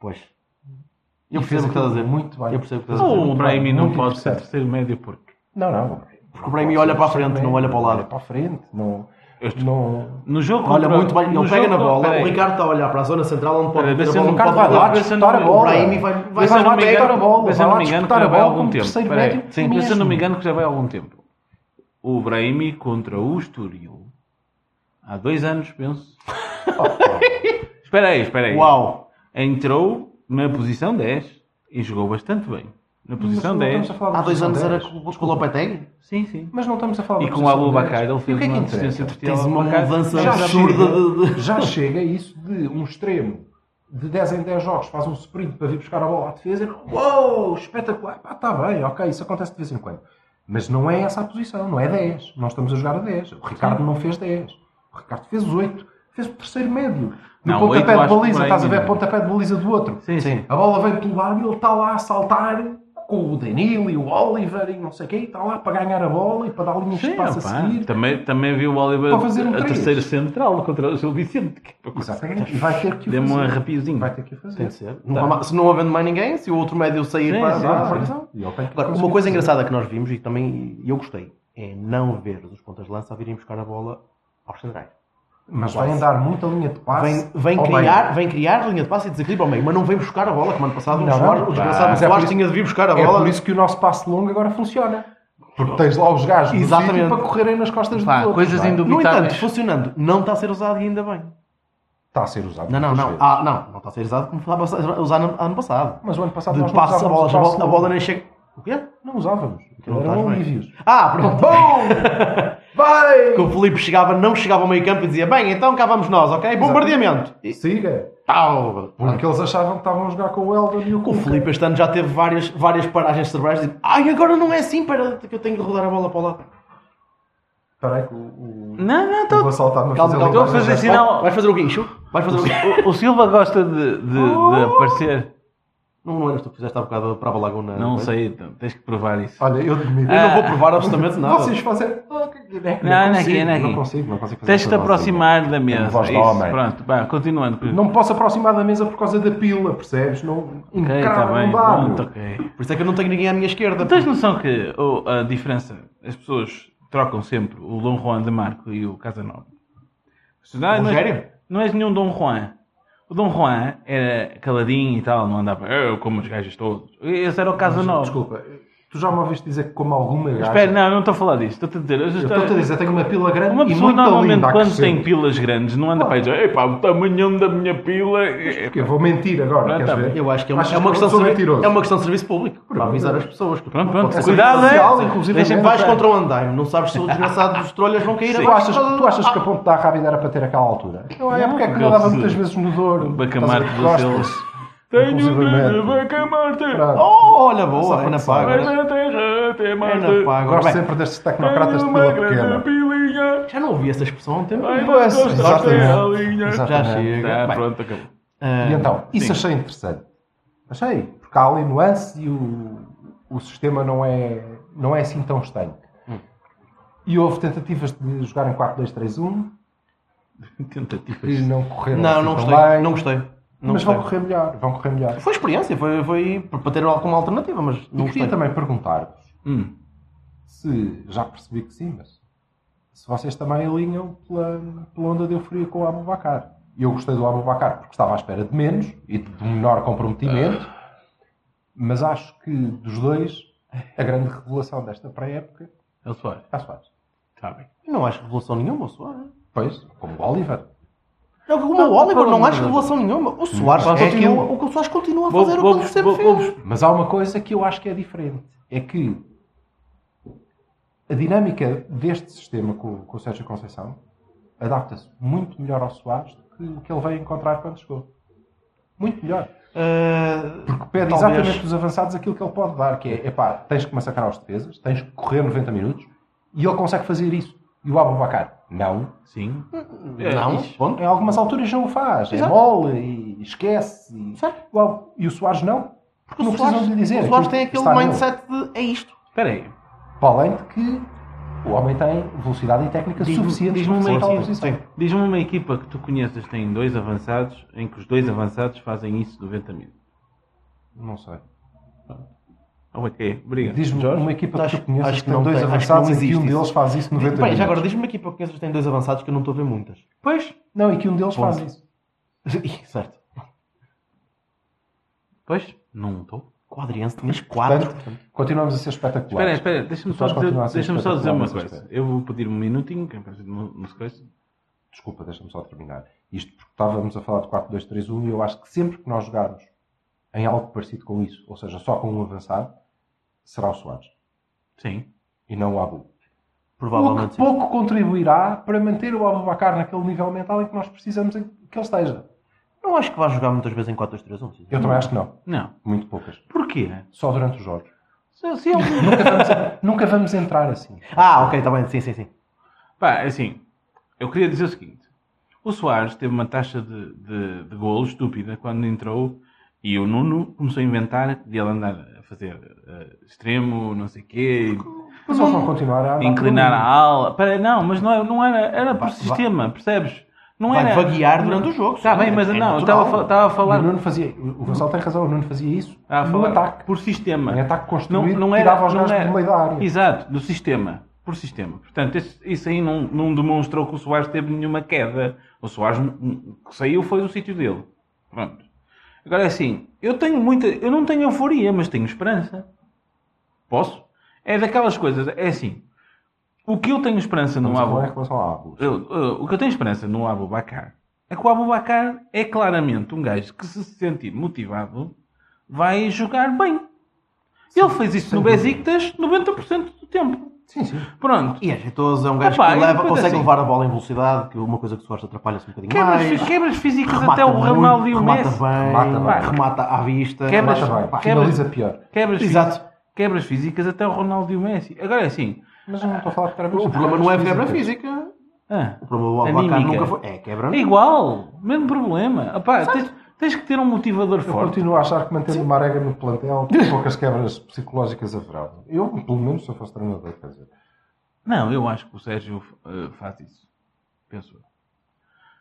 A: Pois. Eu
C: E
A: percebo o
C: fez
A: que estás a
C: aquilo
A: dizer.
C: Muito bem.
A: Eu percebo o que
C: Fez
A: estás a dizer.
C: aquilo
B: Ou o
C: muito
B: Brahimi
C: bem,
B: não
C: muito
B: pode ser
C: interessante.
B: terceiro médio porque
C: Não, não.
A: Porque o Brahimi olha para a frente, não olha para o
C: Olha
A: lado.
C: para a frente, não.
B: Este-
C: não...
B: no jogo.
A: Olha
B: contra-
A: muito bem, não
B: no
A: pega
B: jogo-
A: na bola.
B: peraí.
A: O Ricardo está a olhar para a zona central onde pode
B: Pera,
A: meter a
B: deixa-me-
A: bola. não
C: O Ricardo
A: pode
C: vai lá
A: bater.
B: se eu
C: disputar
B: não-
C: a bola.
A: O Brahimi vai- vai
C: Ele
B: se eu não me
C: lá disputar
A: engano-
C: a bola.
B: Mas eu
C: Vai
B: não
C: lá
B: me engano que
C: disputar
B: já
C: a
B: vai há
C: bola
B: algum
C: como
B: tempo.
C: terceiro
B: Peraí.
C: médio
B: Sim, mas eu
C: mesmo.
B: não me engano que já vai há algum tempo. O Brahimi contra o Estoril. Há dois anos, penso.
C: Oh,
B: espera aí, espera aí.
A: Uau!
B: Entrou na posição 10 e jogou bastante bem. Na
C: Mas
B: posição
C: não estamos
B: 10.
C: a falar da
A: Há dois
C: posição
A: anos era
C: 10.
A: com com o Lopetegui?
B: Sim, sim.
C: Mas não estamos a falar
B: E
C: da
B: com o
C: posição
B: Abubakar
C: 10.
B: ele
C: E
B: fez
C: o que é que
B: uma
C: interessa?
B: assistência terceira.
A: Tens
B: ao
A: uma
B: Abubakar.
A: mudança
C: já chega,
A: absurda de- de-
C: já chega isso de um extremo de 10 em 10 jogos faz um tá sprint para vir buscar a bola à defesa. Uou, espetacular. Pá, está bem, ok, isso acontece de vez em quando. Mas não é essa a posição, não é 10. Nós estamos a jogar a 10. O Ricardo não fez 10. O Ricardo fez 8. Fez o terceiro médio. No
B: Não, oito
C: pontapé
B: eu
C: de
B: acho que por
C: baliza,
B: aí
C: estás a ver?
B: ainda.
C: Pontapé de baliza do outro.
A: Sim, sim.
C: A bola vem pelo ar e ele está lá a saltar com o Danilo e o Oliver e não sei quem. Está lá para ganhar a bola e para dar linhas de
B: Sim,
C: passo
B: opá,
C: Um a seguir.
B: também, também viu o Oliver
C: Para fazer um
B: a
C: três.
B: terceira central contra o Gil Vicente. que é para
C: Exatamente. E vai ter que o
B: Dê-me um
C: fazer.
B: arrapiozinho.
C: Vai ter que o fazer.
A: Tem de ser.
C: Tá.
A: Não há ma- se não havendo mais ninguém, se o outro médio sair
B: Sim,
A: para,
B: sim,
A: para a
B: sim.
A: marcação.
C: E ele tem que
A: Agora, uma
C: conseguir
A: coisa
C: fazer.
A: engraçada que nós vimos e também eu gostei é não ver os pontas de lança a virem buscar a bola aos centrais.
C: Mas vai andar muita linha de passe.
A: Vem, vem,
C: ao
A: criar,
C: meio.
A: vem criar linha de passe e desequilíbrio ao meio, mas não vem buscar a bola, como ano passado o
C: Não,
A: Soares-
C: não.
A: o
C: Pá,
A: desgraçado
C: mas é por
A: Soares
C: isso-
A: tinha de vir buscar a
C: É
A: bola.
C: por isso que o nosso passe longo agora funciona. Porque tens lá os gajos do
A: Exatamente.
C: sítio para correrem nas costas
D: Pá,
C: do outro.
D: coisas
A: no
D: indubitáveis.
A: entanto,
C: é
A: funcionando, não está a ser usado e ainda bem.
C: Está a ser usado.
A: Não, não,
C: muitas
A: não.
C: vezes.
A: Ah, não, não está a ser usado como estava a ser usado no ano passado.
C: Mas o ano passado nós
A: De
C: não
A: passe a
C: usávamos
A: bola,
C: o
A: a bola, a
C: passe
A: bola
C: longo.
A: nem chega. O quê?
C: Não usávamos.
A: não
C: Eram
A: estás bem.
C: alívios.
A: Ah, pronto.
C: Bom! Vai!
A: que o Felipe chegava, não chegava ao meio campo e dizia, bem, então cá vamos nós, ok? Bombardeamento. E
C: Siga.
A: tal.
C: Porque eles achavam que estavam a jogar com o Eldon e o
A: O
C: Cuca.
A: Felipe este ano já teve várias, várias paragens cerebrais e ai, agora não é assim, para que eu tenho que rodar a bola para o lado.
C: Espera aí que o- o...
B: Não, não,
C: Estou...
B: estou.
C: Vou saltar uma
A: Calma, calma.
B: Estou a fazer
C: assim,
B: sinal.
A: Vais fazer o guincho? Vais fazer o
C: um
A: guincho?
B: O, o Silva gosta de, de-
C: Oh!
B: de aparecer.
A: Não, não eras tu que fizeste há bocado para a Laguna?
B: Não sei, então, tens que provar isso.
C: Olha, eu Ah. demito.
A: Eu não vou provar absolutamente nada.
C: Vocês fazem...
B: não é
C: consigo,
B: aqui, não é aqui.
C: Ah, Não consigo, não consigo fazer
B: Tens que te
C: essa voz aí.
B: aproximar da mesa.
C: voz de
B: Isso,
C: homem.
B: Pronto, vá, continuando.
C: Não me posso aproximar da mesa por causa da pila, percebes? Não,
B: Ok,
C: Cara,
B: está
C: não
B: bem. então,
C: dá,
B: Pronto,
C: meu.
B: ok.
A: Por isso é que eu não tenho ninguém à minha esquerda.
B: Tens noção que oh, a diferença, as pessoas trocam sempre o Dom Juan de Marco e o Casanova. Se não, não, és,
A: Rogério?
B: não és nenhum Dom Juan. O Dom Juan era caladinho e tal, não andava, eu como os gajos todos. Esse era o Casanova.
C: Desculpa, tu já me ouviste dizer que como alguma gaja...
B: Espera, não, não estou a falar disto. Estou a dizer.
C: Eu estou-te a dizer, tenho uma pila grande
B: Uma
C: e
B: pessoa
C: muita
B: normalmente
C: linda a
B: quando
C: crescer.
B: tem pilas grandes não anda para aí dizer, epá, o tamanhão da minha pila. é-
C: Porque eu vou mentir agora,
B: Pronto,
C: queres
B: tá
C: ver?
A: Eu acho que é uma,
C: Achas
A: é uma
C: eu
A: questão de
C: sou
A: servi-
C: mentiroso.
A: é uma questão de serviço público. Para
C: Pronto.
A: avisar as pessoas. que-
B: Pronto, pronto,
C: Pode ser
B: cuidado,
C: social,
B: é.
C: inclusive,
B: Deixa-me
C: mesmo.
A: Vais contra o andaime, não sabes se o desgraçado dos trolhas vão cair
C: Tu
A: agora.
C: achas, tu achas que a ponte da Rábida era para ter aquela altura? Não é, porque é que
B: porque
C: eu dava
B: Ah. eu- um
C: muitas vezes no Douro.
B: Bacamarte
C: Estás a
B: dos
C: ver? Costas.
B: eles. Tenho um dedo,
C: Inclusivamente.
B: bacamarte.
C: Pronto.
A: Oh, olha, boa,
C: Essa
A: é na
C: pode ser.
B: Mas
A: paga.
B: na terra até
A: É
B: Marte.
A: na paga. Agora,
C: Gosto
A: bem,
C: sempre destes tecnocratas
B: Tenho
C: de
B: uma
C: pila
B: grande
C: pequena.
B: pilinha.
A: já não ouvi essa expressão há um tempo.
B: Ai,
C: Pois,
B: não estou a ter a
C: exatamente.
B: linha.
C: Exato.
A: Já
C: exatamente.
A: chega.
B: Tá,
A: Bem,
B: pronto, acabou.
C: E
A: Ah,
C: então, isso achei interessante. Achei, porque há ali nuance e o, o sistema não é, não é assim tão estanque.
A: Hum.
C: E houve tentativas de jogar em 4-2-3-1
B: Tentativas.
C: e um, não correram
A: Não, não
C: assim tão
A: gostei.
C: bem.
A: Não gostei. Não
C: mas
A: gostei.
C: vão correr melhor, vão correr melhor.
A: Foi experiência, foi, foi para ter alguma alternativa, mas não
C: E queria
A: gostei.
C: também perguntar-vos
B: Hum.
C: se, já percebi que sim, mas se vocês também alinham pela, pela onda de euforia com o Abubacar. E eu gostei do Abubacar porque estava à espera de menos e de um menor comprometimento, mas acho que dos dois, a grande revelação desta pré-época
B: É o Soares.
C: é o Soares.
B: Está bem.
A: Não acho revolução nenhuma, o Soares.
C: Pois, como o Oliver.
A: Não, como o Oliver,
B: pelo
A: não
B: amor de
A: acho
B: Deus.
A: revolução nenhuma. O Soares
C: Mas é
A: continua,
C: aquilo-
A: o que o Soares continua a
B: Vou-
A: fazer o
B: vou-
A: que ele sempre
B: vou-
A: fez.
C: Mas há uma coisa que eu acho que é diferente. É que a dinâmica deste sistema com, com o Sérgio Conceição adapta-se muito melhor ao Soares do que o que ele veio encontrar quando chegou. Muito melhor.
A: Ah,
C: Porque pede
A: Talvez.
C: exatamente dos avançados aquilo que ele pode dar, que é, epá, tens que massacrar os defesas, tens que correr 90 minutos, e ele consegue fazer isso. E o Abubacar? Não.
B: Sim.
C: É,
A: não,
B: isso.
A: ponto.
C: Em algumas alturas não o faz. É
A: Exato. mole
C: mole e esquece. E,
A: Certo.
C: o Soares não. Porque não
A: o Soares,
C: precisam de lhe dizer.
A: o Soares
C: aquilo
A: tem aquele
C: que está nele.
A: mindset de é isto.
B: Espera aí.
C: Para além de que o homem tem velocidade e técnica
B: Diz-me-
C: suficientes
B: diz-me
C: para
B: uma
C: fazer tal
B: equipa.
C: posição.
B: Diz-me uma equipa que tu conheças que tem dois avançados, em que os dois avançados fazem isso 90 mil.
C: Não sei.
B: Ok, obrigado.
C: Diz-me uma equipa
A: Acho-
C: que tu conheças
A: acho
C: que
A: que
C: tem
A: não
C: dois
A: tem- acho
C: avançados
A: que não
C: e que um
A: existe
C: deles faz isso 90
A: Bem, já
C: minutos.
A: agora diz-me aqui para que eles têm dois avançados que eu não estou a ver muitas.
B: Pois.
C: Não, e que um deles
A: Ponto.
C: faz isso.
A: certo.
B: Pois. Não estou.
A: O Adriano tinhas quatro.
C: ah, Portanto, continuamos a ser
B: Espera,
C: espetaculares.
B: espera, deixa-me
C: Tu
B: só,
C: vais continuar a
B: dizer-
C: ser
B: deixa-me só dizer uma
C: espetacular,
B: coisa. Eu vou pedir um minutinho, que é para não, não se coisa.
C: Desculpa, deixa-me só terminar. Isto porque estávamos a falar de 4-2-3-1 e eu acho que sempre que nós jogarmos em algo parecido com isso, ou seja, só com um avançado, será o Soares
B: Sim.
C: e não o Abu. O
A: Provavelmente
C: que
A: sim.
C: pouco contribuirá para manter o Abubacar naquele nível mental em que nós precisamos que ele esteja.
A: Não acho que vai jogar muitas vezes em 4-2-3-1.
C: Eu também acho que não.
B: Não.
C: Muito poucas.
A: É.
B: Porquê?
C: Só durante os jogos.
B: Se, se ele-
C: Nunca vamos entrar assim.
A: um Ah, ok, está bem, sim, sim, sim.
B: Pá, assim, eu queria dizer o seguinte: o Soares teve uma taxa de, de, de golo estúpida quando entrou e o Nuno começou a inventar de ele andar a fazer eh, extremo, não sei o quê,
C: Mas eles vão continuar a andar
B: e inclinar
C: por
B: a
C: ali.
B: ala. Para, não, mas não, é- não era, era por
A: Vai-
B: sistema, percebes? Não
A: Vai
B: era.
A: vaguear durante o jogo,
B: Está
A: sim,
B: bem, mas
A: é
B: não,
A: natural.
B: eu estava a fa- estava a
C: O
B: falar.
C: Nuno fazia, o Gonçalo tem razão, o Nuno fazia isso
B: Estava a
C: no
B: falar
C: ataque.
B: Por sistema.
A: É
C: Em ataque construído, tirava os gajos do meio da área.
B: Exato, do sistema. Por sistema. Portanto, esse- isso aí não, não demonstrou que o Soares teve nenhuma queda. O Soares hum, o que saiu foi do sítio dele. Pronto. Agora é assim, eu tenho muita. Eu não tenho euforia, mas tenho esperança. Posso? É daquelas coisas. É assim. O que eu tenho esperança no
C: Mas é
B: Abu.
C: agora em relação ao Abu.
B: Eu- eu- o que eu tenho esperança no Abubacar é que o Abubacar é claramente um gajo que, se sentir motivado, vai jogar bem. Ele fez isso no Besiktas 90% do tempo.
C: Sim, sim.
B: Pronto.
A: E é jeitoso, é um gajo
B: Opa,
A: que
B: e
A: leva,
B: depois
A: consegue
B: assim-
A: levar a bola em velocidade, que é uma coisa que o Soares atrapalha-se um bocadinho mais.
B: Quebras, quebras físicas
A: remata
B: até o
A: muito,
B: Ramal e o
A: remata
B: Messi.
A: Bem,
C: Remata
A: remata,
C: bem.
A: remata à vista.
B: Quebras-
A: remata
C: Mas
A: bem.
C: bem,
B: Pá,
C: finaliza pior.
B: Quebras, fí-
A: Exato.
B: quebras físicas até o Ronaldo e o Messi. Agora é assim.
C: Mas eu não estou a falar de quebra
A: O problema não é a quebra física.
B: ah,
A: O problema do Abacar
B: Anímica.
A: nunca foi. É quebra.
B: é igual. Mesmo problema. Epá, tens, tens que ter um motivador
C: Eu
B: forte.
C: continuo a achar que mantendo uma regra no plantel, poucas quebras psicológicas haverá. Eu, pelo menos, se eu fosse treinador, quer dizer.
B: Não, eu acho que o Sérgio eh, faz isso. Penso eu.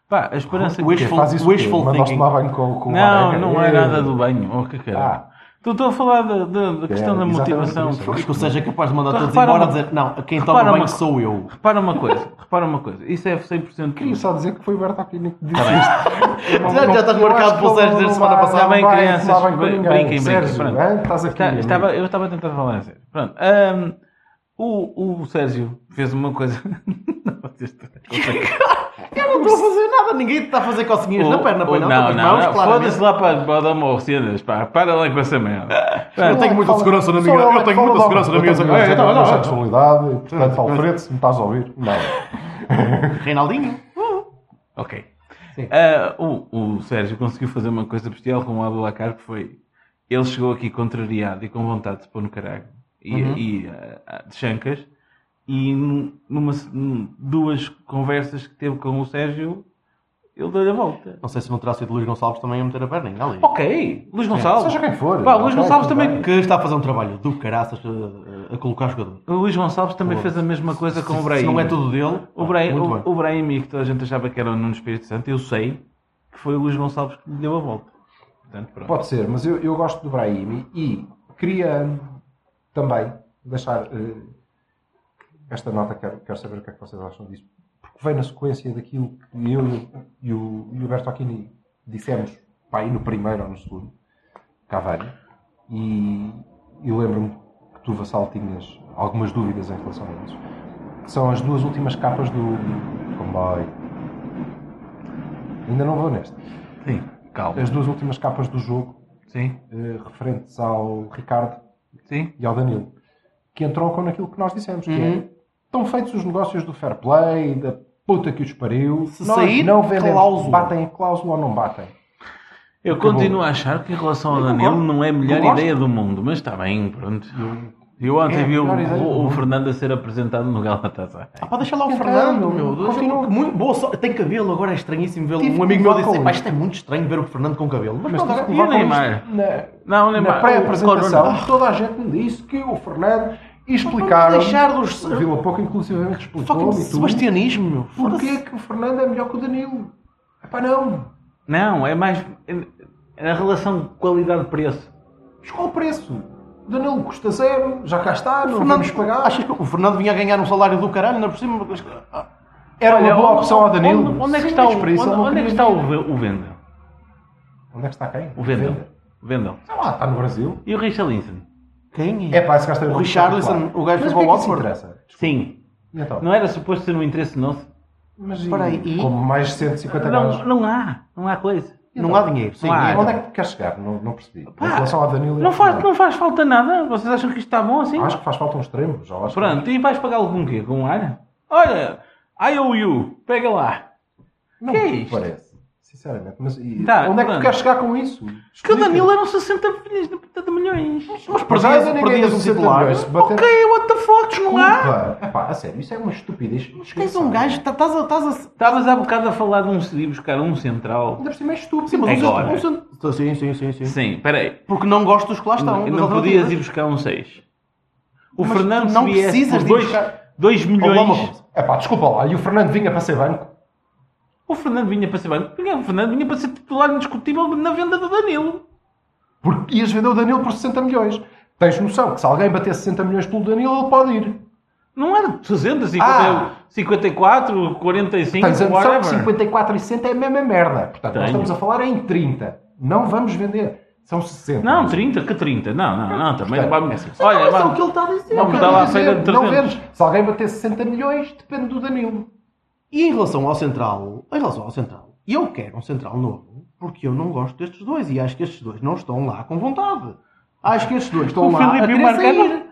B: Pá, a esperança
A: O
B: que-
A: ex-
C: Quê?
A: Wishful-
C: Faz isso
A: wishful
C: Mandaste
A: thinking.
C: lá banho com, com uma
B: Não,
C: regra?
B: não é
C: Ei.
B: nada do banho. Oh, que caralho.
C: Ah. É,
B: Estou estou a falar da, da- da questão da
C: exatamente
B: motivação.
C: isso.
A: Acho que o Sérgio é capaz de mandar
B: Então,
A: todos
B: repara
A: embora a
B: uma-
A: dizer: Não, quem
B: repara
A: toma bem
B: uma-
A: que sou eu.
B: Repara uma coisa, repara uma coisa. Isso é 100%
C: Queria
B: crime.
C: só dizer que foi o Berta Aquino que disse isto. Não-
A: Tá Já- já
C: não-
A: estás
C: eu acho
A: marcado
C: que
A: pelo
C: ele
A: Sérgio
C: não
A: desde semana
C: vai-
A: passada.
B: Está
C: não
B: bem,
C: vai
B: crianças,
C: tomar banho com
B: bri-
C: ninguém.
B: brinquem, brinquem,
C: Sérgio,
B: pronto.
C: hein, estás aqui.
A: Tá,
B: Está-
C: amigo.
B: estava, eu estava a tentar falar a sério. Pronto. ahm, o, o Sérgio fez uma coisa. Não, vocês estão-
A: Eu não estou a fazer nada, ninguém está a fazer cocinhas na perna, pois não?
B: Oh,
A: Não,
B: não, não, não. Foda-se
A: claramente.
B: lá para as Baldamorcenas, é pá. Para lá com essa merda.
A: Eu tenho muita
C: Fala-
A: segurança na
C: só
A: minha.
C: ele é
A: Eu
C: que
A: tenho
C: fala
A: muita
C: mal.
A: segurança na minha.
C: Eu tenho muita
A: Ei, não, não, não.
C: sexualidade, e, portanto, Alfredo, se me estás a ouvir, não.
A: Reinaldinho.
B: Ok.
A: Sim.
B: Ah, o, o Sérgio conseguiu fazer uma coisa bestial com o Abulacar que foi. Ele chegou aqui contrariado e com vontade de se pôr no caralho e,
A: Uhum.
B: e, ah, ah, de chancas e num- numa num- duas conversas que teve com o Sérgio ele deu-lhe a volta.
A: Não sei se não terá sido Luís Gonçalves também a meter a perna, ainda ali.
B: Ok,
A: É.
B: Luís Gonçalves.
C: Seja quem for.
B: Pá, o Luís
C: Ok,
B: Oh, Gonçalves
C: tudo
B: também.
C: bem.
A: Que está a fazer um trabalho do caraças eh, a, a colocar jogador.
B: O Luís Gonçalves também fez a mesma coisa com o
A: Se
B: Brahim.
A: não é tudo dele,
B: O, Brahim,
A: muito
B: o,
A: bem.
B: o Brahim, que toda a gente achava que era o Nuno Espírito Santo, eu sei que foi o Luís Gonçalves que lhe deu a volta. Portanto, pronto.
C: Pode ser, mas eu, eu gosto do Brahimi e queria hum, também deixar eh, esta nota, quero, quero saber o que é que vocês acham disso, porque vem na sequência daquilo que eu e o- e o, e o Berto Aquini dissemos, pá, aí no primeiro ou no segundo, Cavani, e, e lembro-me que tu, Vassal, tinhas algumas dúvidas em relação a isso, que são as duas últimas capas do comboio. Ainda não vou nesta.
B: Sim, calma.
C: As duas últimas capas do jogo
B: Sim,
C: eh, referentes ao Ricardo
B: sim.
C: e ao Danilo, que entroncam naquilo que nós dissemos, que
A: Uhum.
C: é, estão feitos os negócios do fair play, da puta que os pariu,
A: Se
C: nós
A: sair,
C: não vendemos,
A: cláusula.
C: batem a cláusula ou não batem.
B: Eu
C: Acabou.
B: continuo a achar que em relação ao
C: Eu
B: Danilo
C: concordo.
B: não é a melhor
C: Concordo.
B: ideia do mundo, mas está bem, pronto. Eu ontem
C: É a
B: vi o,
C: melhor ideia do
B: o- o
C: mundo.
B: Fernando a ser apresentado no Galatasaray.
A: Ah, pá, deixa lá o
C: Então,
A: Fernando, meu.
C: continua.
A: Deixa- Muito boa sorte. Tem cabelo, agora é estranhíssimo vê-lo.
C: Tive
A: Um amigo meu
C: que levar
A: disse:
C: com
A: pá,
C: ele.
A: isto é muito estranho ver o Fernando com cabelo. Mas, é
C: Mas
A: pronto,
C: tive que
B: e
C: levar
B: o
C: com isto
B: Neymar?
C: na,
B: Não, nem
C: na
B: mais.
C: pré-apresentação, toda a gente me disse que o Fernando e explicaram,
A: vamos deixar dos-
C: o Vila Pouco inclusivamente
A: fucking
C: explicou-me e tudo,
A: sebastianismo, meu.
C: porque é
A: Foda-se.
C: que o Fernando é melhor que o Danilo. Epá, não,
B: Não, é mais. é A relação qualidade-preço.
C: mas qual o preço? O Danilo custa zero, já cá está, não vamos pagar.
A: achas que o Fernando vinha a ganhar um salário do caralho, não é por cima? Mas- ah,
C: Era
B: Olha,
C: uma boa
B: onde-
C: opção ao Danilo.
B: Onde, onde é que
C: Sim,
B: está, o,
C: mas para isso
B: onde,
C: ele não
B: onde é que
C: queria
B: está
C: vir.
B: o, Ve- o Vendel?
C: Onde é que está quem?
B: O Vendel. O Vendel.
C: Sei lá, está no Brasil.
B: E o Richarlison?
A: Quem
C: É pá, esse gajo tem
A: O
C: um
A: Richarlison,
C: claro.
A: o gajo
C: Mas
A: foi para o
C: o que é que isso
A: Watford.
C: interessa?
B: Sim.
C: E Então,
B: Não era suposto ser um interesse nosso?
C: mas
A: Espera aí,
C: e,
A: e-
C: como mais de 150
B: Não,
C: gajos.
B: não há. Não há coisa.
A: Não há dinheiro. Sim,
B: Não há.
A: dinheiro.
C: Onde é que queres chegar? Não, não percebi.
B: Pá,
C: em relação ao Danilo. e
B: Não
C: ao
B: faz,
C: Fernando.
B: não faz falta nada. Vocês acham que isto está bom assim?
C: Acho que faz falta um extremo. Já acho
B: Pronto, e vais pagá-lo com o quê? Com um ar? Olha, IOU, pega lá.
C: que... não
B: que é
C: me
B: isto?
C: parece. Sinceramente. Mas e-
B: Tá,
C: onde é que
B: pronto.
C: tu queres chegar com isso?
B: Que o
C: Explica.
B: Danilo é um eram 60 milhões, de, de milhões.
C: Mas
A: perdias-
C: perdias, ninguém
A: perdias
C: ia
A: o
C: se
A: titular.
C: bater- se um bater-
B: um Ok, what the fuck, não há?
C: Desculpa. Epá, a sério, isso é uma estupidez. Mas
A: Tens um gajo, tá- estás a. Estás a
B: Estavas há bocado a falar de um de ir buscar um central.
C: Ainda por cima é estúpido.
A: sim, mas um
B: Agora.
A: cent- um cent- sim, sim, sim, sim.
B: Sim, peraí.
A: Porque não gosto dos que lá estão.
B: Não,
A: das
B: não podias
A: alternativas.
B: ir buscar um 6. O
A: Mas
B: Fernando
A: tu não
B: se viesse
A: precisas
B: por
A: de ir
B: dois,
A: buscar-
B: dois
A: Ou uma
B: milhões.
A: coisa.
C: Epá, desculpa lá. E o Fernando vinha para ser banco.
B: O Fernando vinha para ser banco. Vinha- O Fernando vinha para ser titular indiscutível na venda do Danilo.
C: Porque ias vender o Danilo por 60 milhões. Tens noção que se alguém bater 60 milhões pelo Danilo, ele pode ir.
B: Não era 60, 50,
C: Ah!
B: 54, 45,
C: Tens a noção
B: whatever.
C: que 54 e 60 é a mesma merda. Portanto, nós
B: Tenho.
C: estamos a falar em 30. Não vamos vender. São 60.
B: Não, 30, que 30. Não, não, não. Também não
C: Portanto,
B: vai...
C: é assim.
B: Olha,
A: Mas é o
B: vamos...
A: que ele está a dizer.
B: Vamos
A: cara.
B: dar lá a
C: Quer
B: saída
C: dizer,
B: de
C: não
B: 300.
C: vendes. Se alguém bater 60 milhões, depende do Danilo.
A: E em relação ao Central, em relação ao Central, eu quero um Central novo, porque eu não gosto destes dois e acho que estes dois não estão lá com vontade. Acho que estes dois estão
B: O
A: lá
B: Filipe
A: a
B: e o
A: querer
B: Marcano?
A: sair.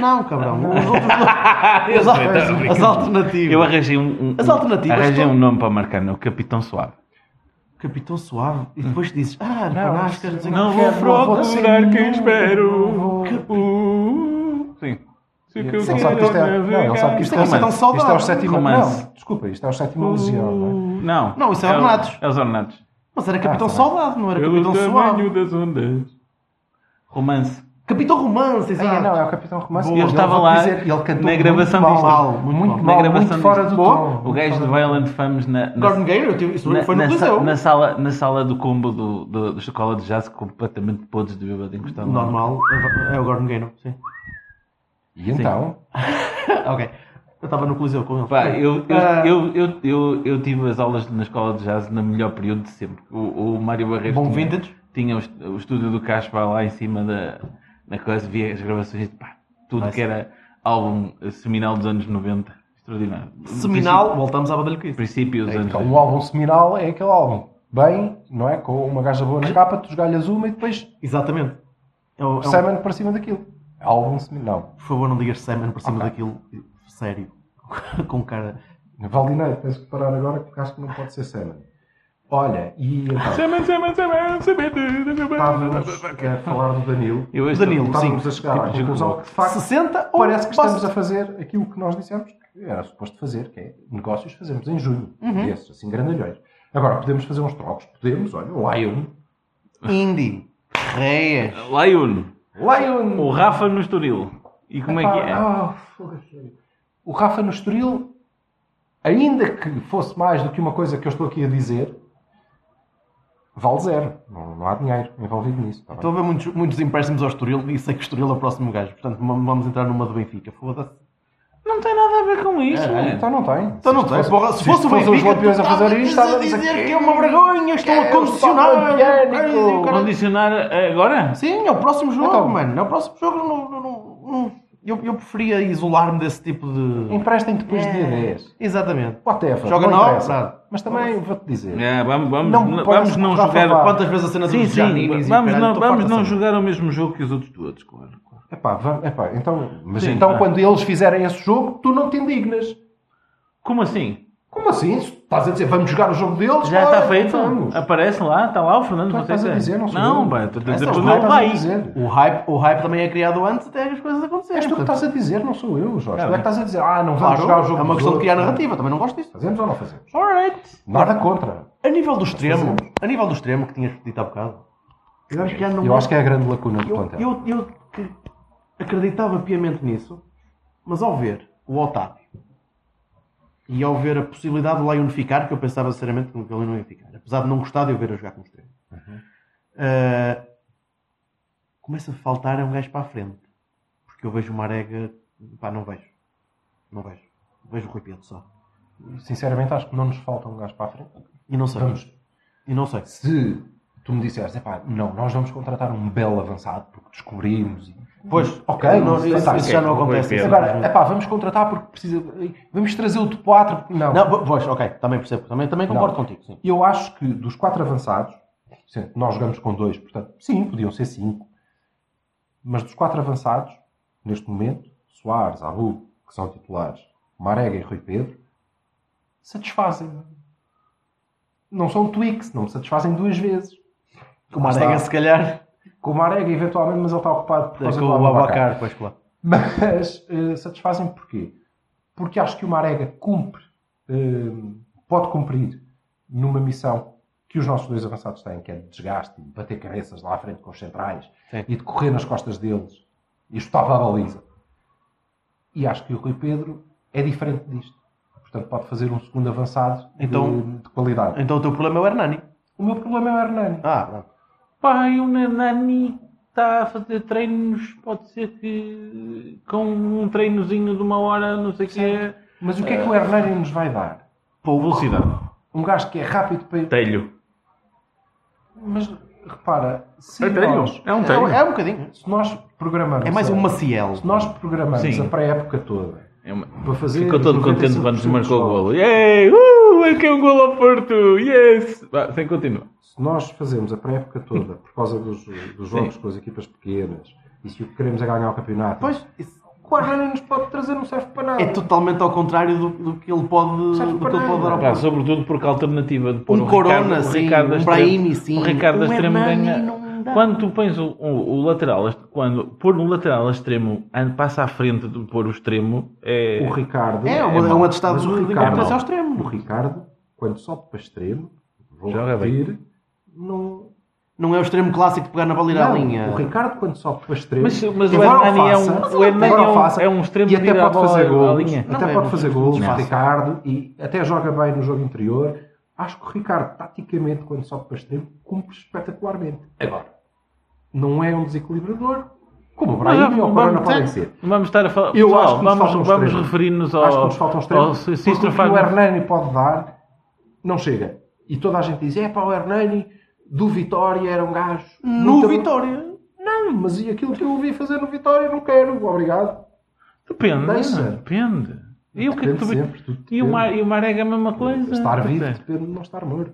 A: Não, cabrão. Os outros dois. As, al-
B: Eu também.
A: as alternativas.
B: Eu arranjei um, um-
A: As
B: um-
A: alternativas
B: arranjei
A: estão-
B: um nome para marcar no Capitão Suave.
A: Capitão Suave. E depois dizes, ah, Arpanascas, não, sei o
B: Não
A: quê.
B: vou procurar
C: Sim.
B: quem espero.
A: Que-
B: Uh, Sim. Se o que eu
C: Ele sabe que isto é, não, ele sabe que isto é,
A: Isto é
C: romance.
A: tão saudável.
C: Isto é o sétimo
B: Romance.
C: Não, desculpa, isto é o sétimo alusião, não é?
B: Não.
A: Não, isso é
B: o-
A: ornatos.
B: É os ornatos.
A: Mas era Capitão
C: Ah, tá bem.
A: Saudade, não era
B: Pelo
A: Capitão
B: tamanho
A: Suave.
B: das ondas. Romance.
A: Capitão Romance,
C: Ah,
A: exato.
C: não, é o Capitão Romance.
B: Ele estava lá
C: ele cantou
B: na gravação
C: muito
B: disto.
C: mal,
A: Muito
C: muito
A: mal.
C: mal,
B: Na gravação
C: muito fora
B: disto.
C: do
A: Pô,
C: tom.
B: O gajo de Violent Femmes na, na,
A: Gordon Gayer, eu tive- isso
B: na-
A: foi no
B: na sa-
A: Coliseu.
B: na sala, na sala do combo do, do, do Chocolate de Jazz completamente podres de bêbado encostado. lá.
A: Normal, é o Gordon Gayer, sim.
C: E então?
A: ok. Eu estava no Coliseu com ele.
B: Pá, eu, eu,
A: Ah,
B: eu, eu, eu, eu tive as aulas na escola de jazz no melhor período de sempre. O, o Mário Barreiros
A: Bom
B: tinha,
A: vintage.
B: tinha o, est- o estúdio do Caspa lá em cima da na coisa, via as gravações de pá, tudo
A: Nice.
B: que era álbum seminal dos anos 90. Extraordinário.
A: Seminal, voltamos à Batalha
B: Princípio,
A: Quiz.
B: princípio dos anos
C: Então, o
B: 90.
C: álbum seminal é aquele álbum. Bem, não é? Com uma gaja boa na capa, tu esgalhas uma e depois
A: Exatamente. É o- é o-
C: Simon para cima daquilo. Álbum seminal.
A: por favor, não digas Simon por cima
C: Ok.
A: daquilo. Sério. com cara.
C: Não. Valdinei, tens que parar agora porque acho que não pode ser Simon. Olha, e então,
B: Semen, semen, semen, semen.
C: estávamos a falar do Danilo.
B: Eu hoje
A: Danilo,
B: estou-
C: Estávamos a chegar à
B: tipo de
C: conclusão que, de facto,
A: 60 ou
C: parece que
A: passa-
C: estamos a fazer aquilo que nós dissemos que era suposto fazer, que é negócios fazemos em junho.
B: Uhum.
C: Desses, assim, grandalhões. Agora, podemos fazer uns trocos? Podemos, olha, o Lion.
A: Indy. Reia.
B: Lion,
C: Lion!
B: o Rafa no Estoril. E como é que é?
C: Ah, fogo, sério. o Rafa no Estoril, ainda que fosse mais do que uma coisa que eu estou aqui a dizer, vale zero. Não, não há dinheiro envolvido nisso. está bem?
A: Estou a ver muitos, muitos empréstimos ao Estoril e sei que o Estoril é o próximo gajo. Portanto, m- vamos entrar numa do Benfica. Foda-se.
B: Não tem nada a ver com isso,
A: É,
B: mano.
C: Então não tem.
A: Então não
C: isto
A: tem.
C: fosse-
A: Porra, se fosse o
C: isto fossem os
A: Benfica, tu
C: lampiões a fazer isto,
A: estavas a
C: estávamos
A: dizer
C: aqui.
A: que é uma vergonha, estão a
C: É,
A: condicionar.
C: o Sporting
A: é,
C: Pânico.
A: e
B: Oh,
A: o caralho.
B: Condicionar eh, agora?
A: Sim, é o próximo jogo,
C: Então.
A: mano. É o próximo jogo. Eu, não- eu não- não- eu- eu preferia isolar-me desse tipo de.
C: Emprestem depois do dia 10.
A: Exatamente.
C: Whatever.
A: Joga
C: não
A: nove,
C: interessa.
A: pronto.
C: Mas também vou-te dizer.
B: É, vamos, vamos
C: Não
B: não,
C: pode
B: vamos não
C: Rafa
B: jogar.
C: Vaz.
A: Quantas vezes a cena
B: Sim,
A: dos
B: sim,
A: Gianninis e caralho,
B: vamos, não,
A: estou farto assim.
B: vamos
A: dessa
B: não
A: merda.
B: jogar o mesmo jogo que os outros todos, claro. claro.
C: Epá, vamos, epá, então, mas
B: Sim,
C: então
B: tá.
C: quando eles fizerem esse jogo, tu não te indignas.
B: Como assim?
C: Como assim? Estás a dizer, vamos jogar o jogo deles?
B: Já
C: Ora,
B: está feito?
C: Vamos.
B: Aparece lá, está lá o Fernando
C: Tu é que estás a
B: Fonseca.
C: dizer, não sou
B: Não,
C: eu.
B: pá, estou a
A: Essa
B: dizer
A: é
B: que
A: o
B: o
A: Rafa
B: Danilo vai.
A: O hype, o hype também é criado antes até as coisas acontecerem.
C: És tu que
A: portanto,
C: estás a dizer, não sou eu, Jorge.
B: Claro.
C: Tu é que estás a dizer, ah, não vamos
A: claro,
C: jogar o jogo
A: é uma
C: dos
A: questão de
C: outros.
A: criar narrativa, também não gosto disso.
C: Fazemos ou não fazemos?
B: Alright.
C: Nada contra.
A: A nível do extremo,
C: fazemos.
A: a nível do extremo que tinhas dito há bocado, eu acho que já não
C: Eu acho que é a grande lacuna do
A: Eu,
C: plantel.
A: eu, eu que acreditava piamente nisso, mas ao ver o Otávio e ao ver a possibilidade de lá unificar, que eu pensava sinceramente que ele não ia ficar, apesar de não gostar de eu ver a jogar com os três, ah, começa a faltar é um gajo para a frente. Porque eu vejo o Marega, pá, não vejo. Não vejo. Vejo o Rui Pedro só.
C: Sinceramente, acho que não nos falta um gajo para a frente.
A: E não sei.
C: Vamos.
A: E não sei.
C: Se tu me disseres, epá, não, nós vamos contratar um belo avançado porque descobrimos e...
A: Pois,
C: Ok,
A: não, isso,
C: fantástico.
A: isso já não acontece. assim. isso
C: Agora,
A: não-
C: epá, vamos contratar porque precisa... Vamos trazê-lo de 4... Não.
A: não, po- pois, ok, também percebo. Também, também
C: Não.
A: concordo contigo. Sim.
C: Eu acho que dos quatro avançados, sendo que nós jogamos com dois, portanto, sim, podiam ser cinco, mas dos quatro avançados, neste momento, Soares, Abu, que são titulares, Marega e Rui Pedro, satisfazem. não são tweaks, não me satisfazem duas vezes.
A: Com uma adega, se calhar,
C: Com o Marega, eventualmente, mas ele está ocupado por
A: com
C: causa do
A: o
C: Abacar.
A: Abacar, pois claro.
C: Mas eh, satisfazem porquê? Porque acho que o Marega cumpre, eh, pode cumprir, numa missão que os nossos dois avançados têm, que é de desgaste, de bater cabeças lá à frente com os centrais
A: Sim.
C: e de correr nas costas deles e chutar para a baliza. E acho que o Rui Pedro é diferente disto. Portanto, pode fazer um segundo avançado de-
A: Então-
C: de qualidade.
A: Então o teu problema é o Hernani.
C: O meu problema é o Hernani.
A: Ah, pronto.
B: Pai, o Nanani está a fazer treinos, pode ser que com um treinozinho de uma hora, não sei o quê.
C: Mas o que é que o Hernani nos vai dar?
A: Pô,
B: Velocidade.
C: Um gajo que é rápido para.
B: Telho.
C: Mas repara, se
B: É telho.
C: nós,
B: É um
A: É,
B: telho.
A: é um bocadinho.
C: se nós programamos.
A: É mais
C: a-
A: um Maciel.
C: Se nós programamos
B: Sim.
C: a pré-época toda
B: É uma-
C: para fazer.
B: Ficou todo contente
C: 95%
B: quando
C: dos
B: desmarcou o
C: jogos,
B: golo. Yay! Uh, marquei um golo ao Porto! Yes! Vá, sem continuar.
C: Se nós fazemos a pré-época toda por causa dos, dos jogos com as equipas pequenas e se o que queremos é ganhar o campeonato.
A: Pois, isso
C: o Hernani nos pode trazer, não serve para nada.
A: é totalmente ao contrário do, do que ele pode,
C: Sabe
A: do que ele
C: para
A: pode dar ao
B: Pá,
A: Porto.
B: sobretudo porque a alternativa de pôr
A: Um
B: o
A: Corona,
B: Ricardo, o
A: sim,
B: Ricardo
A: um
B: Extremo-
A: Brahimi, sim.
B: O Ricardo
A: Um
B: Extremo
A: Hernani
B: ganha.
A: não dá.
B: Quando tu pões o, o- o lateral, est- quando pôr um lateral extremo and- passa à frente de pôr o extremo, é.
C: O Ricardo.
A: É, uma- é um atestado
C: Mas
A: de-
C: o
A: de
C: Ricardo-
A: competência ao extremo.
C: O Ricardo, quando sobe para extremo, vou
B: Joga bem.
C: repetir, não,
A: Não é o extremo clássico de pegar na bola e ir à
C: Não,
A: linha.
C: O Ricardo, quando sobe para extremo.
B: Mas, mas o
C: embora
B: Hernani é
C: faça,
B: um, o
C: embora
B: Hernani é um,
C: faça,
B: é um extremo
C: e
B: que
C: até
B: tira a
C: pode
B: bola
C: fazer
B: à
C: gols.
B: linha.
C: Até
A: Não,
C: pode
A: é
C: fazer
A: um-
C: gols, o
A: não.
C: Ricardo, e até joga bem no jogo interior. Acho que o Ricardo, taticamente, quando sobe para extremo, cumpre espetacularmente. Agora, não é um desequilibrador, como o Brahim ou o Corona podem ser.
B: Vamos estar a falar.
C: Eu
B: Pessoal,
C: acho que nos falta um
B: vamos, vamos
C: extremo.
B: referir-nos
C: Acho que
B: ao.
C: nos falta um
B: ao
C: extremo.
B: Sr.
C: Porque o que o
B: Fagner.
C: Hernani pode dar, não chega. E toda a gente diz, é pá, o Hernani do Vitória era um gajo.
A: No
C: muito-
A: Vitória.
C: Não, mas e aquilo que eu ouvi fazer no Vitória, não quero, obrigado.
B: Depende, é?
C: Deixa.
B: depende. E o que é que
C: eh, Depende
B: tu
C: sempre, tudo
B: E o,
C: depende.
B: Mar... e o Marega é a mesma coisa.
C: Estar
B: Quer
C: vivo
B: dizer,
C: depende de não estar morto.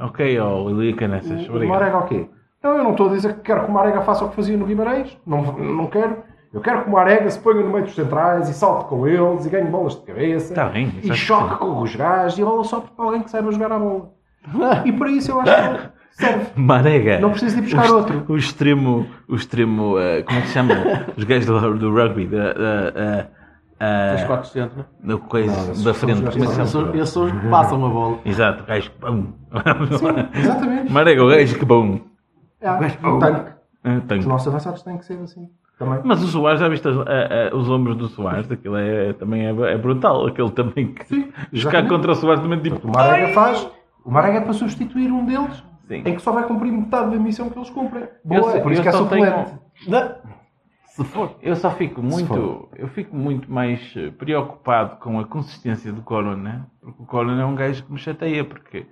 B: Ok, ó, oh, Lica nessas.
C: O
B: Obrigado.
C: Marega o quê? Não, eu não estou a dizer que quero que o Marega faça o que fazia no Guimarães. Não, não quero. Eu quero que o Marega se ponha no meio dos centrais e salte com eles e ganhe bolas de cabeça.
B: Tá bem, isso
C: e
B: é
C: choque com os gajos e a bola só para alguém que saiba jogar a bola. E para isso eu acho que ele serve.
B: Marega.
C: Não preciso ir buscar
B: o,
C: outro.
B: O extremo. O extremo. eh, como é que se chama? Os gajos do, do rugby. Da, da, da-
A: Os
B: ah,
A: 400, né?
B: da coisa.
C: Não, esses
B: da
C: são
B: frente.
C: os gajos
B: Como é que se
C: que
A: Esses
B: chama?
A: são esses são os que passam a bola.
B: Exato, o gajo. Bum.
C: Exatamente.
B: Marega, o gajo que bom.
C: É,
A: gajo-
C: um tanque.
B: Ah,
C: Os
B: tanque.
C: nossos avançados têm que ser assim. Também.
B: Mas o Soares, já viste as- a- a- os ombros do Soares? Aquilo é, também é, é brutal. Aquele também que. jogar
C: exatamente.
B: contra o Soares também tipo.
C: Portanto, O Marega faz. O Marega é para substituir um deles
B: Sim.
C: em que só vai cumprir metade da missão que eles cumprem.
B: Eu
C: Boa,
B: sei,
C: por isso
B: eu
C: que é
B: só tenho- um.
C: suplente.
A: Não. Se for.
B: Eu só fico muito,
C: for.
B: eu fico muito mais eh, preocupado com a consistência do Corona, porque o Corona é um gajo que me chateia, porque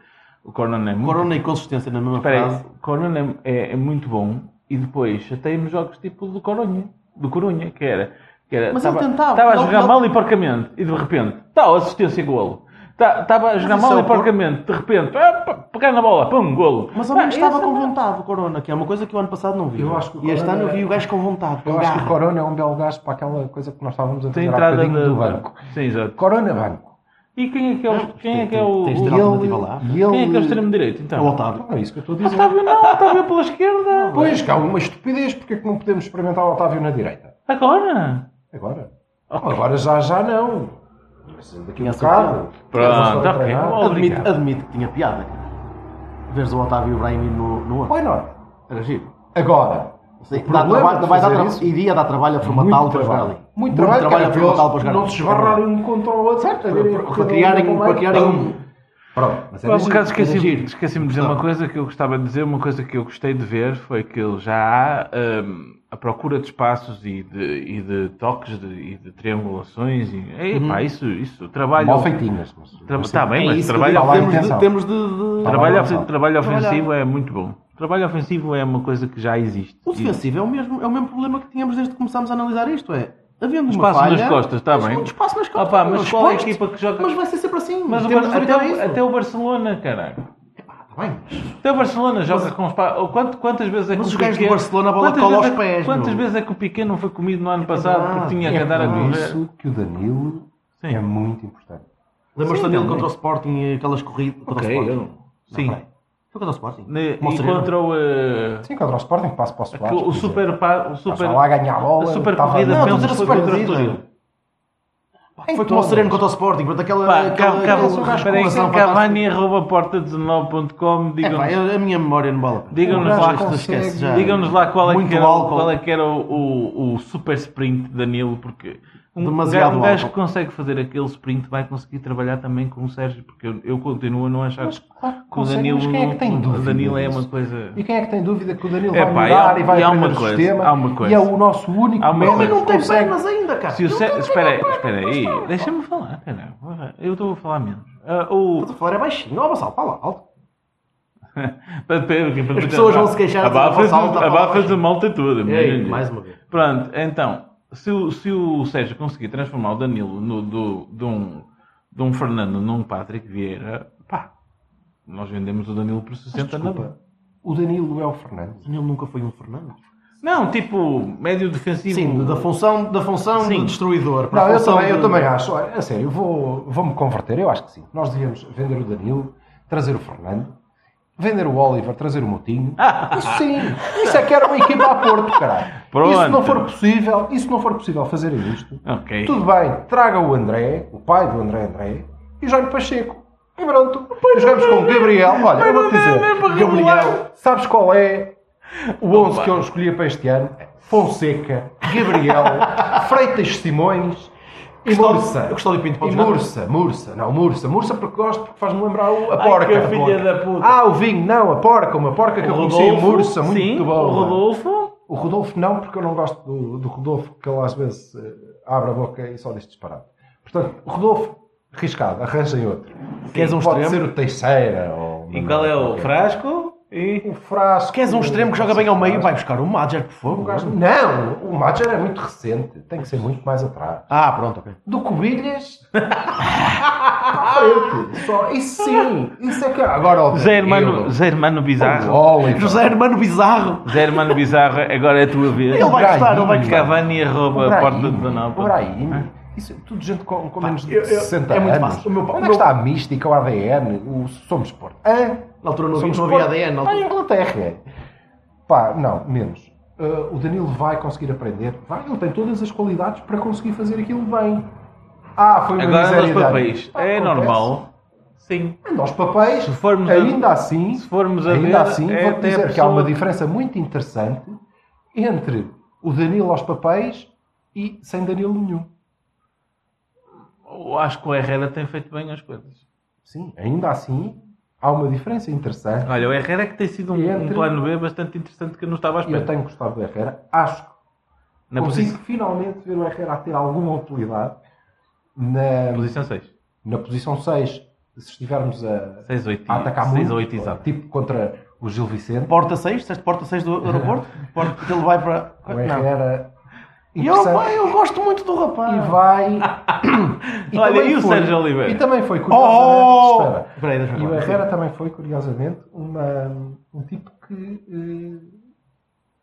B: o Corona é muito,
A: Corona e consistência na mesma
B: Espera aí,
A: frase.
B: o Corona é, é muito bom e depois chateia-me jogos tipo do Corunha, do Corunha, que era, que era
A: Mas ele
B: tava-
A: tentava,
B: tava a
A: ele-
B: jogar
A: ele-
B: mal e porcamente e de repente, tal assistência e golo. Estava a jogar
A: isso é
B: mal
A: o
B: e
A: Cor-
B: porcamente, de repente, ah, pá, pegar na bola, pum, golo.
A: Mas ao
B: Pá,
A: menos tá estava
B: essa
A: com
B: não-
A: vontade o Corona, que é uma coisa que o ano passado não vi.
C: Eu acho que o
A: e este
C: Corona
A: ano eu
C: é-
A: vi o gajo com vontade. com
C: Eu acho que o
A: garra.
C: Corona é um belo gajo para aquela coisa que nós estávamos a
B: Tem
A: um
C: fazer há
B: entrada
C: bocadinho
B: de-
C: do banco.
B: Sim, exato.
C: Corona banco.
B: E quem é que é o, quem é que é o,
A: Tens
B: o-
A: de dar alternativa lá.
C: E
B: quem é que é o
C: ele...
B: extremo direito então?
A: É o Otávio.
C: Não é isso que eu estou a dizer.
B: Otávio não, Otávio é pela esquerda.
C: Pois, que há uma estupidez. Porque é que não podemos experimentar o Otávio na direita?
B: Agora?
C: Agora?
A: Oh,
B: Ok.
C: Agora já, já não. Mas daqui a um
A: Tinha
C: bocado.
B: Pronto,
C: Vamos
B: ok.
C: treinar.
B: Bom.
A: Admito,
B: Obrigado.
A: admito que tinha piada. Vês o Otávio e o Brahim no, no ano.
C: Why not?
A: Era giro.
C: Agora.
A: Sim, dá
C: problema
A: trabalho,
C: de
A: vai dar
C: fazer
A: tra-
C: isso-
A: iria dar trabalho a formatá-lo
C: Muito
A: para jogar ali.
C: trabalho. Muito trabalho,
A: a
C: cara,
A: formatá-lo para
C: para eles
A: jogar
C: não
A: ali.
C: se esbarrarem um contra o outro. a verem a
A: Para- Para
C: corrida
A: criarem,
C: um
A: para criarem um...
C: Pum. Pronto. Mas é
B: Há um bocado
A: giro, era
B: esqueci-me
A: giro.
B: esqueci de dizer uma coisa que eu gostava de dizer, uma coisa que eu gostei de ver foi que ele já há hum, a procura de espaços e de, e de toques de- e de triangulações e Ei,
A: Uhum.
B: pá, isso, isso, trabalho.
C: Mal feitinhas. mas-
B: Tra- Tá
C: É
B: bem, mas
A: É isso que eu
B: trabalho,
A: digo,
C: lá,
A: temos de-
C: intenção.
A: temos de... de-
B: trabalho,
C: lá,
B: ofen-
C: lá.
B: trabalho ofensivo é muito bom. Trabalho ofensivo é uma coisa que já existe.
A: O defensivo é o, mesmo, é o mesmo problema que tínhamos desde que começámos a analisar isto, é... Havendo uma
B: Espaço
A: falha,
B: nas costas, tá
A: tens
B: bem.
A: um Espaço nas costas.
B: Ah pá, mas
A: não,
B: qual é a
A: expões-te.
B: equipa que joga-
A: Mas vai ser sempre assim.
B: Mas o
A: temos
B: Bar-
A: de
B: até,
A: lidar a
B: o,
A: isso.
B: até o Barcelona, caralho.
A: Tá bem, mas...
B: Até Então o Barcelona joga com os pá. ou quanto- quantas vezes é que
A: Mas
B: o
A: os gajos do
B: Piqué-
A: Barcelona, a bola
B: quantas
A: cola
B: vezes
A: aos
B: é que-
A: pés,
B: Quantas
A: meu. É
B: vezes é que o Piqué não foi comido no ano passado porque
A: verdade,
B: tinha que
A: é
B: andar a
A: verdade.
B: correr?
C: isso que o Danilo
B: Sim.
C: é muito importante.
A: Lembras-te
B: Sim,
A: dele
B: também.
A: contra o Sporting e aquelas corridas? contra o
B: Ok,
A: Sporting?
B: eu não. Sim.
A: peraí. Foi contra o Sporting.
B: Ne-
A: Como o
B: E
A: Serena.
B: contra o. eh,
C: Sim, contra o Sporting, passo para o
B: É
C: Soares.
B: o
C: por exemplo.
B: super. pa- O super
C: Estava Tá lá a ganhar a bola. tá
B: a super
C: estava-
B: corrida
A: Não, estou
B: penso
A: a dizer
B: que foi
A: a super
B: contra o
A: corrida.
B: Estoril.
A: Foi
C: Em
A: como o Sereno
C: todas.
A: contra o Sporting. Portanto, aquela.
B: Pá,
A: aquela-
C: esse é um gajo com
B: Cavani,
A: relação
B: Cavani arroba porta 19.com.
A: É, pá,
B: Digam-nos
A: eu- a minha memória não bola.
B: digam-nos
C: gajo
B: lá, é
C: que consegue-
A: esquece já.
B: digam-nos lá qual é,
A: Muito
B: que era, o-
A: álcool.
B: qual é que era o, o, o super sprint de Danilo, porque um,
A: Demasiado
B: um gajo
A: álcool.
B: que consegue fazer aquele sprint vai conseguir trabalhar também com o Sérgio, porque eu, eu continuo a não achar
C: Mas claro que
B: que o
C: consegue,
B: Danilo,
C: mas quem é que tem
B: não-
C: dúvida
B: o Danilo é
C: disso?
B: uma coisa.
C: E quem é que tem dúvida que o Danilo
B: É
C: vai
B: pá,
C: mudar
B: e há-
C: e vai
B: e há
C: aprender
B: uma
C: o
B: coisa,
C: sistema?
B: há uma coisa.
C: E é o nosso único
B: Há uma
C: médico
B: coisa.
C: que
A: Não tem
C: consegue.
A: pernas ainda, cara.
B: é Se o
A: Não
B: Sé-
A: tem-
B: Espera aí, espera aí, deixa-me falar, caralho. Eu estou a falar menos. Ah, o...
A: Estás a falar é baixinho. Ó, Vassal, fala alto.
B: As
A: pessoas vão se queixar de
B: Abafas,
A: Gonçalo da
B: abafas
A: Palavra.
B: a malta toda.
A: E aí,
B: menino.
A: mais uma vez.
B: Pronto, então, se o, se o Sérgio conseguir transformar o Danilo no, do, de, um, de um Fernando num Patrick Vieira, pá, nós vendemos o Danilo por 60 na boa.
C: Desculpa, o Danilo é o Fernando.
A: Ele nunca foi um Fernando.
B: Não, tipo, médio defensivo.
A: Sim, da função, da função
B: Sim.
A: de destruidor. para a
C: Não, eu
A: função
C: também, eu
A: de-
C: também acho. Olha, A sério, eu vou, vou-me converter. Eu acho que sim. Nós devíamos vender o Danilo, trazer o Fernando, vender o Oliver, trazer o Moutinho. Isso sim. Isso é que era uma equipa a Porto, caralho.
B: Pronto.
C: Isso não for possível, isso não for possível fazer isto.
B: Ok.
C: Tudo bem, traga o André, o pai do André André, e o Jaime Pacheco. E pronto. E jogamos com o Gabriel. Olha, eu vou-te dizer,
B: é
C: Gabriel, sabes qual é o 11 que eu escolhi para este ano? Fonseca, Gabriel, Freitas Simões e
A: Custódio-
C: Mursa.
A: o Custódio Pinto pode
C: E
A: jogar?
C: Mursa, Mursa. Não, Mursa. Mursa porque gosto, porque faz-me lembrar o- a
B: Ai,
C: porca.
B: que
C: a
B: filha
C: porca.
B: da puta.
C: Ah, o vinho. Não, a porca. Uma porca que eu conheci em Mursa. Muito
B: sim,
C: boa.
B: o Rodolfo.
C: O Rodolfo não, porque eu não gosto do, do Rodolfo, que ele às vezes eh, abre a boca e só diz disparado. Portanto, Rodolfo, riscado, arranjem outro.
A: Queres um
C: Pode
A: extremo?
C: ser o Teixeira. Ou...
B: E qual é o frasco? E...
C: O frasco.
A: Queres um extremo que joga bem ao meio? Vai buscar o Madger, por
B: Um
C: O
A: favor.
C: gajo- Não, o Major é muito recente. Tem que ser muito mais atrás.
A: Ah, pronto, ok.
C: Do Cobilhas. frente. Só. Isso sim. Isso é que. Agora, ó,
B: Zé
C: Danilo,
B: Hermano, Zé Hermano
C: o
B: Bizarro.
C: Oliver.
A: José Hermano Bizarro.
B: Zé Hermano Bizarro, agora é a tua vez.
A: Ele vai
C: Brahim.
A: gostar, ele vai gostar.
B: Cavani arroba
C: Brahim,
B: porta de Danapa.
C: Brahim. Isso é tudo gente com, com menos de
A: eu- eu-
C: 60
A: é muito
C: anos.
A: fácil. O meu pa-
C: Onde é
A: o
C: que
A: meu-
C: está a mística, o ADN, o Somos Porto? Hã?
A: Na altura não havia-
C: Somos
A: não havia
C: Porto?
A: ADN, na
C: Está
A: altura.
C: em Inglaterra. Pá, não, menos. Ah, o Danilo vai conseguir aprender. Vai, ele tem todas as qualidades para conseguir fazer aquilo bem. Ah, foi uma
B: Agora
C: miséria
B: nos
C: de ano.
B: papéis.
C: Pá,
B: É
C: acontece.
B: normal. Sim.
C: Anda aos papéis.
B: Se formos a-
C: ainda assim,
B: se formos a
C: ainda
B: ver,
C: assim,
B: é
C: vou-te
B: até a
C: dizer que há uma
B: pessoa-
C: diferença muito interessante entre o Danilo aos papéis e sem Danilo nenhum.
B: Eu Acho que o Herrera tem feito bem as coisas.
C: Sim, ainda assim, há uma diferença interessante.
B: Olha, o Herrera é que tem sido um,
C: E
B: um
C: entre-
B: plano B bastante interessante que eu não estava à
C: E eu
B: espera.
C: tenho um gostado do Herrera. Acho que
B: Ah, Na
C: consigo
B: posição,
C: finalmente ver o Herrera a ter alguma utilidade na,
B: posição 6.
C: na posição 6. Se estivermos a,
B: 6, 8
C: a atacar
B: 6
C: muito,
B: ou 8, exato.
C: tipo contra o Gil Vicente,
A: Porta 6, disseste porta 6 do aeroporto? Porta que ele vai para.
C: o
A: Não.
C: Herrera
A: E eu,
C: é interessante,
A: pai, eu gosto muito do rapaz.
C: e vai. e
B: Olha,
C: também
B: e o
C: foi-
B: Sérgio Oliveira?
C: E também foi,
A: Oh!
C: curiosamente. espera.
A: Espera aí, deixa eu
C: E o
A: falar.
C: Herrera também foi, curiosamente, uma- um tipo que eh,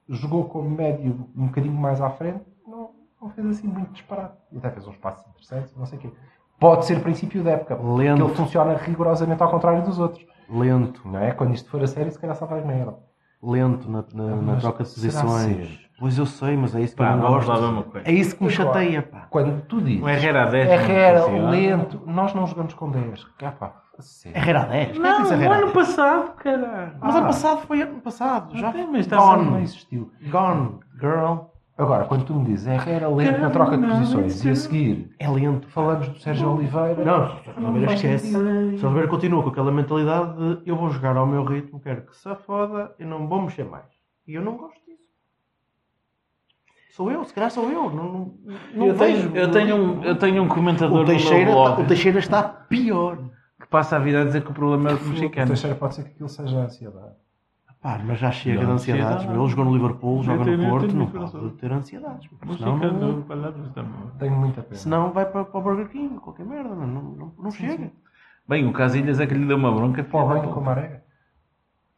C: jogou como médio um bocadinho mais à frente, não, não fez assim muito disparado. E até fez uns passos interessantes, não sei o quê. Pode ser princípio da época,
A: Lento.
C: porque ele funciona rigorosamente ao contrário dos outros.
A: Lento,
C: Não é? Quando isto for a sério, se calhar só faz merda.
A: lento na, na- na
C: Mas
A: troca de
C: será
A: posições.
C: sério?
A: Pois eu sei, mas é isso que
B: Pá,
A: eu não
B: vamos
A: gosto.
B: lá ver uma coisa.
A: É isso que me
C: Mas lá.
A: chateia, pá.
C: Quando tu dizes
B: O Herrera a 10. não
C: Herrera,
B: funciona.
C: lento, nós não jogamos com 10. Capa, a sério.
A: Herrera 10. Quem é que
B: Não,
A: disse
B: o
A: Herrera
B: ano
A: 10?
B: passado, caralho.
A: Mas ano
C: Ah.
A: passado foi ano passado. Já
B: Até, mas está
A: gone.
C: não existiu.
A: Gone, girl.
C: Agora, quando tu me dizes Herrera lento na
B: Caramba,
C: troca de
B: não,
C: posições
B: isso
C: e
B: é-
C: a seguir
A: É lento.
C: falamos do Sérgio Oliveira.
A: Não, Sérgio Oliveira
C: faz
A: esquece.
C: sentido.
A: Sérgio Oliveira continua com aquela mentalidade de eu vou jogar ao meu ritmo, quero que se foda e não vou mexer mais. E eu não gosto disso. Sou eu, se calhar sou eu. Não, não, não
B: Eu tenho,
A: vejo.
B: eu, tenho um, eu tenho um comentador
A: o,
B: no meu
A: Teixeira,
B: blog
A: está- o Teixeira está pior.
B: que passa a vida a dizer que o problema é o
C: O
B: mexicano.
C: Teixeira tá- pode ser que aquilo seja a ansiedade.
A: Pá, mas já chega
B: Não,
A: de ansiedades.
B: ansiedade.
A: meu. Ele jogou no Liverpool,
B: Eu
A: joga
B: tenho- eu
A: no Porto,
B: tenho
A: não
B: coração.
A: pode ter ansiedades. porque Senão, não,
B: Mexicano, é um palavras também.
C: Tenho muita pena.
A: senão vai para, para o Burger King, qualquer merda, não, não, não, não chega.
B: Bem, o Casilhas é que lhe deu uma bronca.
C: Para o banho com a maré.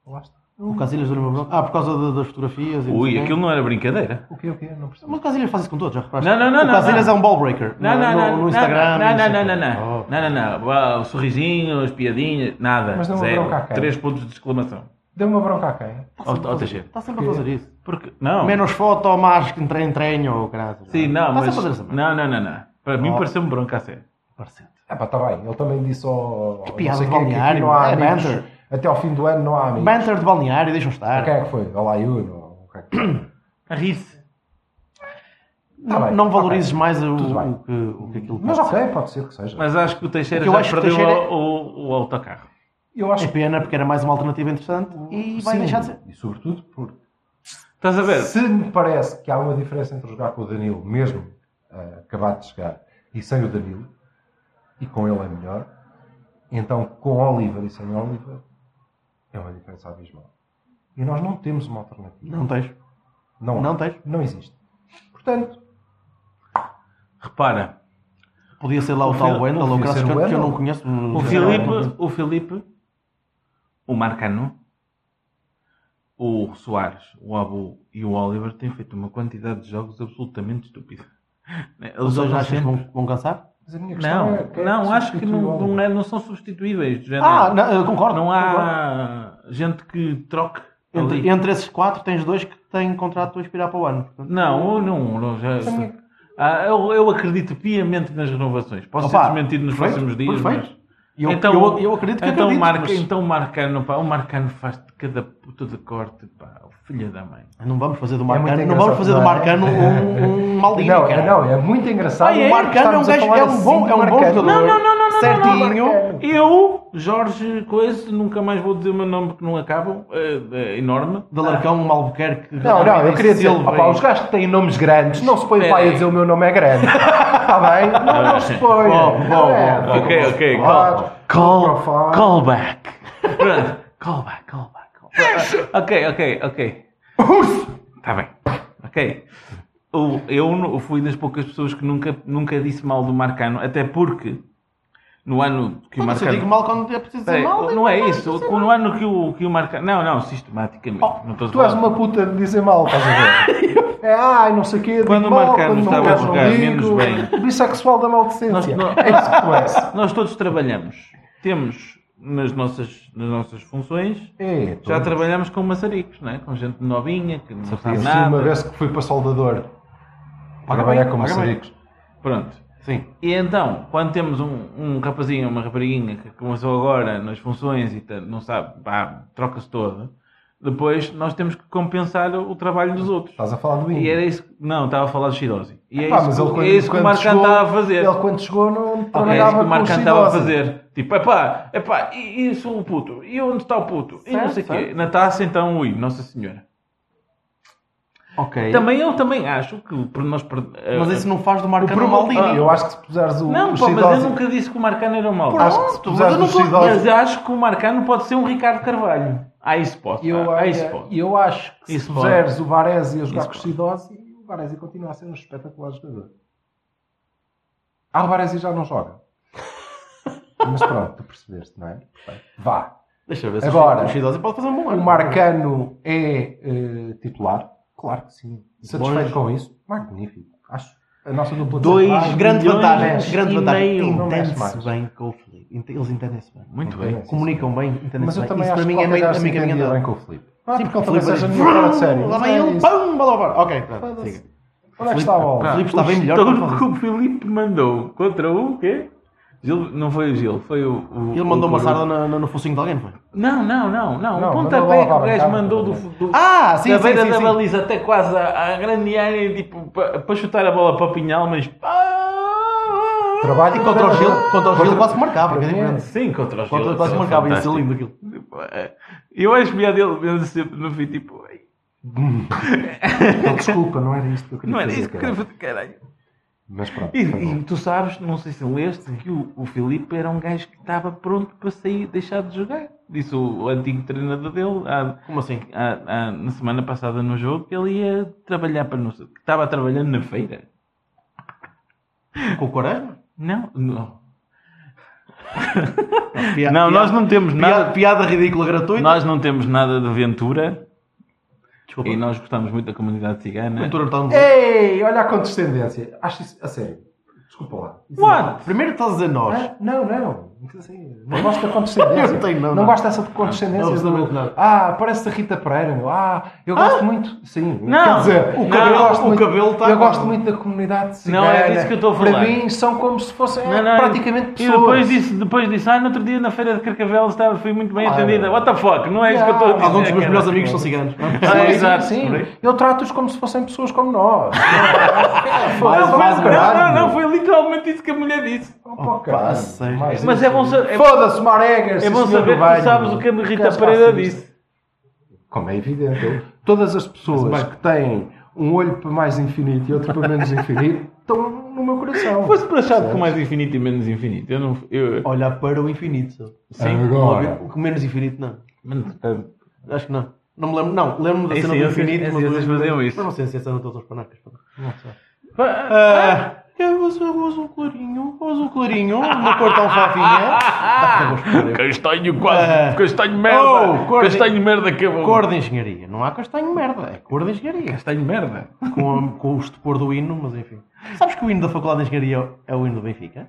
C: Lá está.
A: O Casilhas do Lima Ah, por causa de- das fotografias e não sei
B: Ui,
A: quem.
B: aquilo não era brincadeira.
C: O quê, o quê? Não percebo.
A: Mas o Casilhas faz isso com todos, já reparaste?
B: Não, não, não,
A: O
B: não,
A: Casilhas
B: não.
A: é um ball breaker.
B: Não,
A: no-
B: não,
A: no,
B: não.
A: no Instagram.
B: Não,
A: sei
B: não, não,
A: o quê.
B: não. Não,
A: Oh.
B: não, não. não. Ah, O sorrisinho, as piadinhas, nada.
C: Mas não
B: Zero.
C: haverá cá quem?
B: Três pontos de exclamação.
C: Deu uma bronca a quem?
B: Ó ó, Teixeira.
A: Está oh, tá sempre a fazer isso.
B: Porque, não.
A: Menos foto ou mais que entrem, entrem ou caralho.
B: Sim, não,
A: Está
B: mas...
A: sempre a fazer essa merda.
B: Não, não, não, não. Para mim
A: Oh.
B: pareceu-me bronca a sério.
A: Parecendo.
C: Ah pá, está bem. Ele também disse ao... ao
A: piada
C: não sei
A: de
C: quem, que aqui
A: balneário,
C: não há
A: é
C: amigos.
A: banter.
C: Até ao fim do ano não há amigos.
A: Banter de balneário, deixam estar.
C: Quem é que foi? Olá, Yuno.
B: A rir-se.
C: Tá bem,
A: não
C: ok.
A: valorizes mais o,
C: Tudo bem.
A: o que, o que aquilo
C: Mas
A: pode ser.
C: ok, pode ser que seja.
B: Mas acho que o Teixeira
A: O que eu
B: já
A: acho que o
B: perdeu
A: Teixeira-
B: o, o- o autocarro.
C: Eu acho
A: É pena porque era mais uma alternativa interessante e vai
C: Sim,
A: deixar de ser.
C: E sobretudo porque
B: Estás a ver?
C: se me parece que há uma diferença entre jogar com o Danilo, mesmo ah, acabado de chegar, e sem o Danilo, e com ele é melhor, então com Oliver e sem Oliver é uma diferença abismal. E nós não temos uma alternativa.
A: Não tens.
C: Não, há.
A: Não tens.
C: Não existe. Portanto,
B: Repara,
A: Podia ser lá
B: O
A: o, tal
B: Fil-
A: Wendel ou o
C: podia
A: Graças
C: ser o
A: Canto, que eu
C: Wendel.
A: não conheço.
B: o Filipe, o Filipe, o Marcano, o Soares, o Abu e o Oliver têm feito uma quantidade de jogos absolutamente estúpida. Eles
A: Os dois
B: jogam
A: achas que
B: sempre-
A: vão, vão cansar?
C: mas a minha questão é,
B: Não,
C: quem é
B: não, acho que
C: substitui o
B: não,
C: Oliver?
B: não, é- não são substituíveis. do género.
A: Ah, não, eu concordo.
B: não
A: concordo.
B: há gente que troque. ali.
A: Entre, entre esses quatro, tens dois que têm contrato a expirar para o ano. Portanto,
B: Não, não, não já.
C: Mas a minha-
B: Ah, eu, eu acredito piamente nas renovações. Posso
A: Opa,
B: ser desmentido nos
A: perfeito,
B: próximos dias,
A: perfeito.
B: mas.
A: Eu, eu, eu acredito que
B: então,
A: acredito,
B: marca,
A: mas
B: então o Marcano, pá, o Marcano faz de cada puta de corte, pá, o filho da mãe.
A: Não vamos fazer do
C: É muito
A: Marcano, não
C: engraçado,
A: vamos fazer do
C: não é?
A: Marcano um, um maldinho,
C: Não,
A: cara.
C: é, não, é muito engraçado.
A: Ah, é?
C: o Marcano
A: Estarmos a falar assim do Marcano.
B: Não, não, não, não, não,
A: Certinho.
B: não, não, Eu, Jorge Coisa, nunca mais vou dizer o meu nome que não acabam, é, é enorme.
A: De Alarcão, um Albuquerque.
C: Não, não, eu queria dizer,
A: Silva,
C: opá,
A: e-
C: os gajos que têm nomes grandes, não se põe
B: Espera
C: o pai
B: aí.
C: a dizer o meu nome é grande. Está bem? Não, não se põe.
A: Bom, bom,
C: Não
A: bom.
C: é? Fica
B: Ok, ok,
C: claro.
B: call, call,
C: Profile.
B: callback. Pronto, callback, callback. callback. Ok, ok, ok. Está bem. Ok. Eu, eu nu- fui das poucas pessoas que nunca, nunca disse mal do Marcano, até porque no ano que o
A: Mas eu
B: Marcano.
A: digo mal quando é preciso dizer
B: Peraí,
A: mal. digo
B: não é
A: mal.
B: isso. No ano que o, que o Marcano. Não, não, sistematicamente. não estou a
C: Oh, Tu és
B: falar.
C: uma puta de dizer mal, estás a ver? É, ai, não sei o quê.
B: Quando
C: digo
B: o
C: mal,
B: Marcano
C: quando não
B: estava a
C: quero, não
B: jogar
C: digo.
B: menos
C: Bissexual da
B: Nós-
C: maldecência.
B: nó-
C: É isso que tu és.
B: Nós todos trabalhamos. Temos nas nossas, nas nossas funções.
C: É,
B: Já
C: tu-
B: trabalhamos com maçaricos, não é? Com gente novinha que não sabe
C: Sim,
B: nada.
C: Uma vez que fui para Soldador,
A: Paga
C: trabalhar
A: bem,
C: com
A: paga bem.
C: maçaricos.
B: Pronto.
A: Sim.
B: E então, quando temos um, um rapazinho, uma rapariguinha que começou agora nas funções e tá- não sabe, pá, troca-se todo, depois nós temos que compensar o, o trabalho dos outros.
C: Estás a falar do
B: E
C: Ingo.
B: era isso. que- Não, estava a falar do Shirosi. E é
C: Pá, Tá mas
B: isso,
C: ele
B: que-
C: quando-
B: é isso que
C: quando
B: o Marcano
C: chegou-
B: estava a fazer.
C: Ele quando chegou não
B: É isso
C: trabalhava
B: que o
C: com os
B: Marcano estava a
C: idosos.
B: fazer. Tipo, epá, epá, e, e sou o puto? E onde está o puto? e não
A: Certo,
B: sei o quê.
A: certo.
B: Na taça, então, ui, Nossa Senhora.
A: Ok.
B: Também eu também acho que por nós... per-
A: Mas isso não faz do Marcano um
C: problema-
A: maldinho.
C: Ah, Eu acho que se puseres o
B: Não,
C: os
B: pá, mas
C: idosos-
B: eu nunca disse que o Marcano era mau.
C: Acho que se
A: Pronto, mas
C: puseres
A: eu não
C: os
A: tô-
C: idosos-
B: Mas acho que o Marcano pode ser um Ricardo Carvalho. Ah, isso pode.
C: Eu,
B: ah,
C: eh,
B: isso pode.
C: eu acho que
B: Isso
C: se
B: pode.
C: puseres o Varese a jogar
B: Isso
C: com os
B: pode.
C: idosos, e o Varese continua a ser um espetacular jogador. Ah, o Varese já não joga. Mas pronto, tu percebeste, não é? Portanto, Vá.
A: Deixa eu ver se
C: Agora,
A: o Shidosi pode fazer um bom
C: O
A: ano.
C: Marcano é eh, titular? Claro que sim.
A: Bons-
C: Satisfeito com isso? Magnífico. Acho a nossa dupla de
B: Dois
C: centrais-
A: Grande
B: Milhões
A: vantagem.
C: mexe
A: grande
B: e
A: vantagem.
B: meio,
C: não mexe
A: Entende-se
C: mais.
A: bem com o Felipe. Ent- Eles entendem-se bem.
B: Muito
C: bem.
B: bem.
A: Comunicam bem, entendem-se bem.
C: Mas eu também
A: Isso
C: acho
A: para
C: que
A: mim é
C: qualquer
A: meio-
C: gajo
A: é
C: se
A: meio caminho
C: entendia
A: andado.
C: bem com o Filipe. Ah, porque ele
A: Filipe
C: também seja
A: ali,
C: nenhum fora de série.
A: Lá
C: Mas
A: vem
C: é
A: ele,
C: isso.
B: Ah, um
A: pum, bola ao bar. Ok, pronto.
C: Foda-se.
A: siga.
C: Onde é que está a
A: O
C: bola?
A: Filipe está bem melhor que o
B: Todo que
A: Felipe.
B: o Filipe mandou contra o quê? Gil, não foi o Gil, foi o. o-
A: Ele
B: o
A: mandou uma
B: Corujo.
A: sarda na- na- no focinho de alguém, foi?
B: Não, não, não, não.
C: Não,
B: o
C: mandou lá
B: pontapé que
C: para
B: o
C: a
B: gajo
C: bancada,
B: mandou do,
C: também.
B: do,
A: Ah, sim,
B: da
A: sim,
B: beira
A: sim,
B: da
A: sim.
B: baliza até quase à, à grande área, tipo, para chutar a bola para o Pinhal, mas.
C: Trabalho
A: E Tipo contra o Gil, contra o Gil quase que marcava, porque é diferente.
B: Sim, contra o Gil.
A: Contra quase que marcava, ia ser
B: Fantástico.
A: lindo aquilo.
B: Tipo, é, Eu acho piada ele mesmo sempre no fim, tipo, "Ei,
C: Desculpa, não era isto que eu queria
B: não era
C: fazer.
B: isso que eu queria
C: caralho.
B: fazer, caralho. é
C: Mas pronto.
B: E,
C: foi bom.
B: e tu sabes, não sei se leste, que o, o Filipe era um gajo que estava pronto para sair, deixar de jogar. Disse o, o antigo treinador dele há,
A: Como assim?
B: há- há- na semana passada no jogo que ele ia trabalhar para não sei- que estava trabalhando na feira.
A: Com o Quaresma?
B: Não, não.
A: Pia-
B: Não,
A: piada-
B: nós não temos
A: pia-
B: nada-
A: Piada ridícula gratuita.
B: Nós não temos nada de aventura
A: Desculpa.
B: e nós gostamos muito da comunidade cigana.
A: Cultura não está no jogo.
C: Ei, olha a condescendência. Acho isso a sério. Desculpa lá. Isso
B: What?
A: Primeiro estás a dizer nós.
C: Ah, não, não. Assim, não gosto da condescendência.
A: Eu tenho, não, não.
C: gosto dessa condescendência.
A: Não, absolutamente
C: do-
A: não.
C: Ah, parece a Rita Pereira, meu. Ah, eu gosto muito. Sim,
B: Não,
C: quer dizer,
B: o
C: eu
B: cabelo-
C: gosto
A: o
C: muito-
A: cabelo está
C: Eu
A: com-
C: gosto muito da comunidade cigana.
B: Não, é disso que eu estou a
C: Para
B: falar.
C: mim, são como se fossem
B: Não, não,
C: praticamente
B: e
C: pessoas.
B: depois disse, depois disse, ah, no outro dia na feira de Carcavelos estava, fui muito bem
C: Ah,
B: atendida.
C: não.
B: What the fuck? Não é isso que eu estou a dizer.
A: Alguns dos meus
B: cara.
A: melhores amigos são ciganos.
B: Ah,
A: É.
C: Sim,
B: exato.
C: sim.
B: Por aí.
C: Eu trato-os como se fossem pessoas como nós. é Foda-se,
B: Não, foi-
C: mais caralho,
B: não, não, não,
C: meu.
B: foi literalmente isso que a mulher disse.
C: Pô, caralho,
A: seja.
C: um mais
B: Mas é bom saber. É,
C: Foda-se, Maregas!
B: é bom
C: senhor
B: saber
C: do
B: que tu
C: bairro.
B: sabes o que a Rita
C: Queres
B: Pereira
C: faço isto?
B: disse.
C: Como é evidente. eu- Todas as pessoas
A: Mas,
C: que têm um olho para mais infinito e outro para menos infinito estão no meu coração.
B: Fosse para achar com mais infinito e menos infinito. Eu não. Eu,
A: Olhar para o infinito.
B: sim.
C: Agora.
A: Óbvio, o que menos infinito não.
B: Mano, tá-
A: Acho que não. Não me lembro, não. Lembro-me da
B: É
A: cena
B: sim,
A: do
B: é sim,
A: infinito.
B: é
A: mas
B: sim,
A: do-
B: eles faziam
A: mas
B: isso.
A: não sei se essa não todas as panacas. pá. Não sei.
B: Ah,
A: Ah, eu vou ser o azul clarinho, o azul clarinho, no cortão fofinha. Tá, eu vou
B: Castanho
A: Ah.
B: quase. Castanho merda.
A: Oh, cor de-
B: Castanho merda acabou.
A: escolher. Cor de engenharia. Não há castanho merda, é cor de engenharia.
B: Castanho merda.
A: Com, a- com o estupor do hino, mas enfim. Sabes que o hino da Faculdade de Engenharia é o hino do Benfica?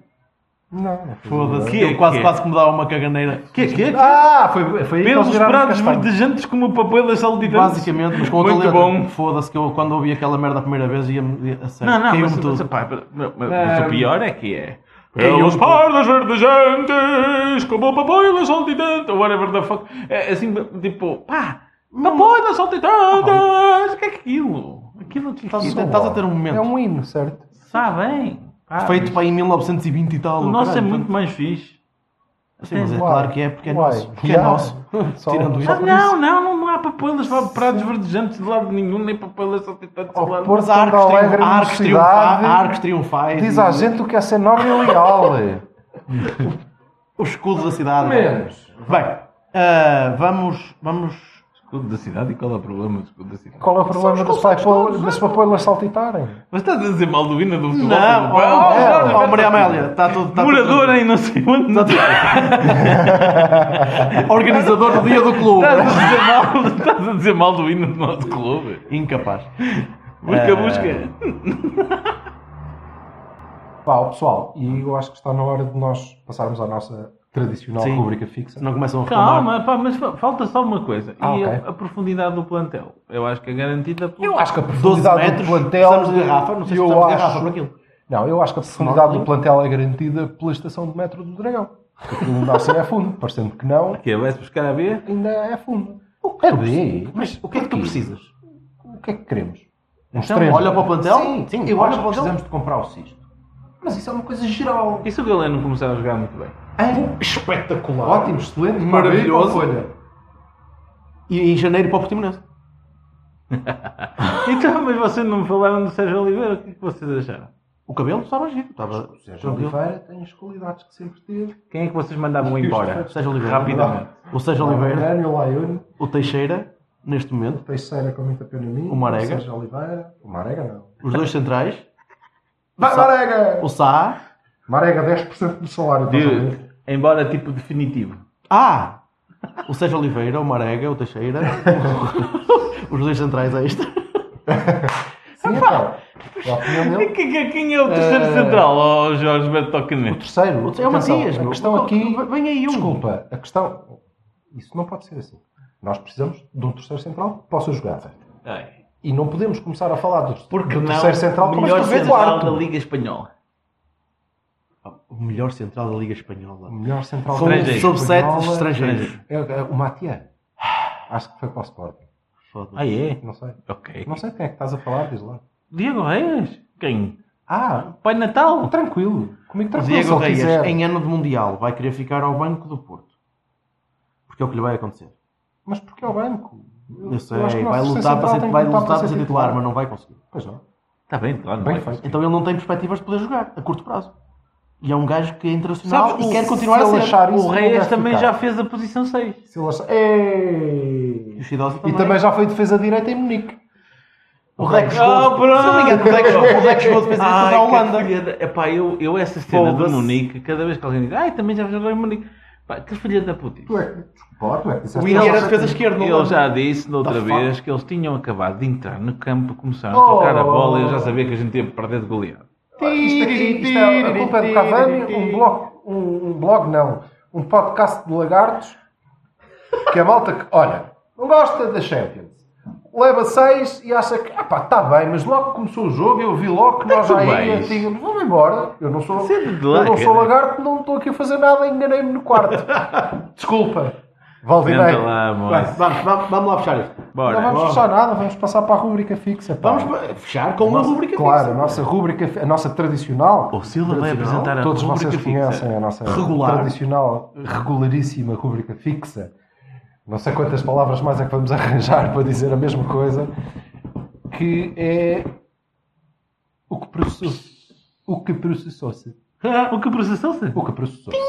C: Não, não. foi-
A: Foda-se,
B: Que- é
A: que, quase,
B: que- é
A: quase que me dava uma caganeira. Que, que,
C: Ah, foi, foi aí que eles
B: Pelos
C: viraram
B: pratos
C: castanho.
B: verdejantes como o papel das saltitantes.
A: Basicamente, mas com outra
B: Muito
A: letra.
B: bom.
A: Foda-se que eu quando ouvi aquela merda a primeira vez ia a sério.
B: Não, não,
A: Caiu-me
B: mas, mas,
A: tudo.
B: pá, mas- mas
C: Ah.
B: o pior é que é.
A: Caiu-me
B: Pelos
A: tudo.
B: pardas verdejantes, como o papoio da saltitante, whatever the fuck. É assim, tipo, pá, papoio da saltitantes, o que é aquilo? Aquilo que
A: Estás-
B: aquilo-
A: estás a ter um momento.
C: É um hino, certo?
B: Sabem? Pá,
A: Feito para aí em 1920 e tal.
B: O nosso é
A: caralho,
B: muito mais fixe.
A: Sim, mas é
C: Uai,
A: claro que é, porque é
C: uai,
A: nosso. Porque é
C: já.
A: nosso.
C: Só-
A: Tirando
C: só
A: isso.
B: Ah, não, não, não, não há papelas, não há prados verdejantes de lado nenhum, nem papelas saltitantes de
C: Ao
B: lado
C: pôr
A: Mas há arcos,
C: Porto
A: triunfa-
C: Alegre,
A: há arcos,
C: mocidade.
A: triunfa- há arcos triunfais.
C: Diz
A: e
C: à gente o que é ser nobre e leal.
A: Os escudos da cidade.
C: Menos.
A: Bem, ah, vamos, vamos.
B: Escudo da cidade e qual é o problema do escudo da cidade?
C: Qual é o problema das papo- das papoilas saltitarem?
B: Mas estás a dizer mal do hino do futebol?
A: Não,
B: Pá,
A: oh,
B: o Jorge
A: oh,
B: Alberto
A: Maria Amélia, está tudo.
B: Oh,
A: Está
B: Morador em não sei onde. Não estás
A: tudo. Organizador do dia do clube.
B: a dizer mal, estás a dizer mal do hino do nosso clube.
A: Incapaz.
B: Busca,
A: Eh,
B: busca.
C: Pá, ó, pessoal, e eu acho que está na hora de nós passarmos à nossa tradicional
A: Sim.
C: rubrica fixa.
A: Não começam a reclamar.
B: Calma, pá, mas fa- falta só uma coisa.
C: Ah,
B: e a-
C: ok.
B: a, profundidade do plantel? Eu acho que é garantida pelo...
C: Eu acho que a
A: 12
C: profundidade
A: metros,
C: do plantel.
A: precisamos de garrafa, não sei se
C: eu
A: precisamos de
C: acho-
A: garrafa um para aquilo.
C: Não, eu acho que a profundidade do plantel é garantida pela estação de metro do Dragão. Porque aquilo ainda assim é fundo, parecendo que não,
B: Que é, vais buscar a ver?
C: ainda é fundo. É bem.
A: Mas o que é que tu
C: porquê?
A: precisas?
C: O que é que queremos? Uns
A: Então,
C: três.
A: olha para o plantel?
C: Sim,
A: Sim,
C: eu
A: olha
C: acho
A: para o
C: que
A: plantel.
C: precisamos de comprar o cisto. Mas isso é uma coisa geral.
B: E se o Galeno começar a jogar muito bem?
C: Hã? Espetacular. Ótimo, excelente.
A: Maravilhoso.
C: Olha.
A: E em janeiro para o Portimonense.
B: Então, mas vocês não me falaram do Sérgio Oliveira. O que é que vocês acharam?
A: O cabelo estava giro. Estava
C: O Sérgio Oliveira tem as qualidades que sempre teve.
B: Quem é que vocês mandavam embora?
A: O Sérgio Oliveira.
B: Rapidamente.
A: O Sérgio Oliveira,
C: Daniel Laione.
A: o Teixeira, neste
C: O
A: momento,
C: Teixeira com muita pena minha.
A: O Marega.
C: Sérgio Oliveira. O Marega não.
A: os dois centrais,
C: Vai,
A: Sa-
C: Marega!
A: o Sá.
C: Marega, 10% do salário. estás a ver?
B: De, embora tipo definitivo.
A: Ah! O Sérgio Oliveira, o Marega, o Teixeira, os dois centrais a isto.
C: Sim, então. A opinião
B: E
C: dele.
B: que- que- Quem é o terceiro
C: Eh.
B: central? Oh, Jorge Bertocne.
C: Terceiro.
A: É o
C: atenção,
A: Matias,
C: A
A: meu.
C: questão aqui.
A: Vem aí um.
C: Desculpa, a questão. Isso não pode ser assim. Nós precisamos de um terceiro central que possa jogar.
B: Ai.
C: E não podemos começar a falar do,
B: Porque
C: do
B: não,
C: terceiro central como se
B: melhor
C: fosse o
B: central da
C: quarto.
B: Liga Espanhola.
A: O melhor central da Liga Espanhola.
C: O melhor central
A: Com
C: da
B: Estrangeiro.
A: sob sete
C: Espanhola
A: estrangeiros.
C: É, é o Matias. Acho que foi para o Sporting.
A: Foda-se.
B: Ah, é?
C: Não sei.
B: Ok.
C: Não sei quem é que estás a falar, diz lá.
B: Diego Reis? Quem?
C: Ah,
B: Pai Natal?
C: Tranquilo. Comigo
A: O
C: tranquilo, se
A: Diego
C: ele
A: Reis,
C: quiser.
A: em ano de Mundial, vai querer ficar ao banco do Porto. Porque é o que lhe vai acontecer.
C: Mas porque é o banco?
A: Eu sei,
C: acho que o nosso
A: vai
C: terceiro
A: lutar para
C: central
A: ser,
C: tem é que tá
A: vai
C: lutar
A: lutar para ser titular, mas não vai conseguir.
C: Pois não.
B: Está bem, claro.
C: Bem
B: não é?
C: feito.
A: Então ele não tem perspectivas de poder jogar a curto prazo. E é um gajo que é internacional
B: Sabes
A: e
B: que
A: quer
B: se
A: continuar a
C: ele
A: ser.
C: achar isso,
B: O Reis
C: não deve
B: também
C: ficar.
B: já fez a posição 6.
C: Se ele achar... Ei!
A: E o Shidosa
C: E também já foi defesa direita em Munique. é-
A: O Rex
B: Ah,
A: Gold.
B: pronto.
A: Se eu não me engano, o Rex- o Rex Gold fez isso contra a Holanda.
B: É pá, eu, eu essa cena do
A: Foda-se.
B: Munique, cada vez que alguém diz, ai, também já joguei em Munique. Pá, que filha da putice.
C: Tu é que. Desculpa, lá, tu é que disseste.
A: O Inter era
C: Eles-
A: defesa esquerda. não
B: Eu
A: lembro.
B: já disse na outra
A: The fuck?
B: vez que eles tinham acabado de entrar no campo, começaram a
C: Oh.
B: tocar a bola e eu já sabia que a gente ia perder de goleado.
C: Isto aqui, isto é, a culpa é do Cavani, um blog, um, um blog não, um podcast de lagartos, que a malta que, olha, não gosta da Champions, leva seis e acha que, ah pá, está bem, mas logo que começou o jogo eu vi logo que nós
B: tu
C: já
B: vais.
C: íamos, tínhamos, vamos embora, eu não sou,
B: Sendo de
C: eu não sou
B: lagarto.
C: lagarto, não estou aqui a fazer nada, enganei-me no quarto, desculpa,
B: Tenta
C: Valdinei,
B: lá,
A: Bem,
B: moço.
A: Vamos, vamos, vamos lá fechar isto.
B: Bora.
C: não vamos fechar nada, vamos passar para a rúbrica fixa, pá.
A: Vamos pa- fechar com uma
C: Nossa,
A: rubrica
C: claro,
A: fixa.
C: a nossa rúbrica, fi- a nossa tradicional.
B: O Silva vai
C: tradicional,
B: apresentar a
C: Todos
B: rúbrica
C: vocês
B: fixa.
C: conhecem a nossa
A: Regular.
C: tradicional, regularíssima rúbrica fixa. Não sei quantas palavras mais é que vamos arranjar para dizer a mesma coisa, que é o que processou-se. O que processou-se.
B: O que processou-se?
C: O que processou-se.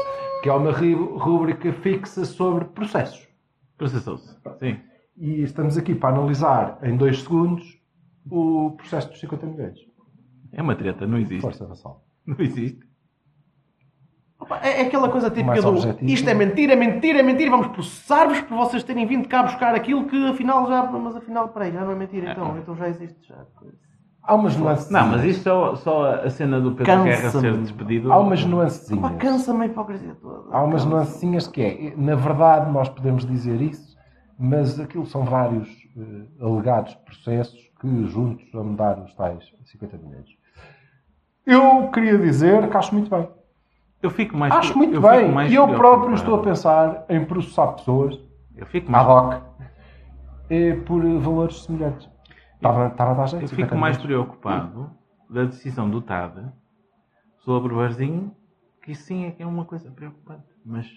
C: Que é uma ri- rúbrica fixa sobre processos.
B: Processou-se. Sim.
C: E estamos aqui para analisar em dois segundos o processo dos 50 milhões.
B: É uma treta, não existe.
C: Força, Vassal.
B: Não existe.
A: Opa, É é aquela coisa típica
C: Mais
A: do
C: objetivo.
A: isto é mentira, mentira, mentira, vamos processar-vos por vocês terem vindo cá buscar aquilo que afinal já. Mas afinal, peraí, já não é mentira, então, então já existe já.
C: Há umas nuances.
B: Não, mas isto só, só a cena do Pedro
A: Cansa-me.
B: Guerra ser despedido.
C: Há umas
A: Opa,
B: é
C: nuancezinhas.
A: cansa-me a hipocrisia toda.
C: Há umas
A: Cansa.
C: nuancezinhas que Ah, é, na verdade, nós podemos dizer isso, mas aquilo são vários eh, alegados processos que juntos vão dar os tais 50 milhões. Eu queria dizer que acho muito bem.
B: Eu fico mais.
C: Acho muito
B: eu fico
C: bem.
B: mais
C: E eu próprio
B: preocupado.
C: estou a Ah, pensar em processar pessoas,
B: Eu fico
C: ad
B: mais,
C: hoc, eh, por eh, valores semelhantes. Estava estava a dar jeito.
B: eu
C: 50
B: fico mais
C: milhões.
B: preocupado da decisão do TAD sobre o Barzinho, que isso sim é que é uma coisa preocupante. Mas.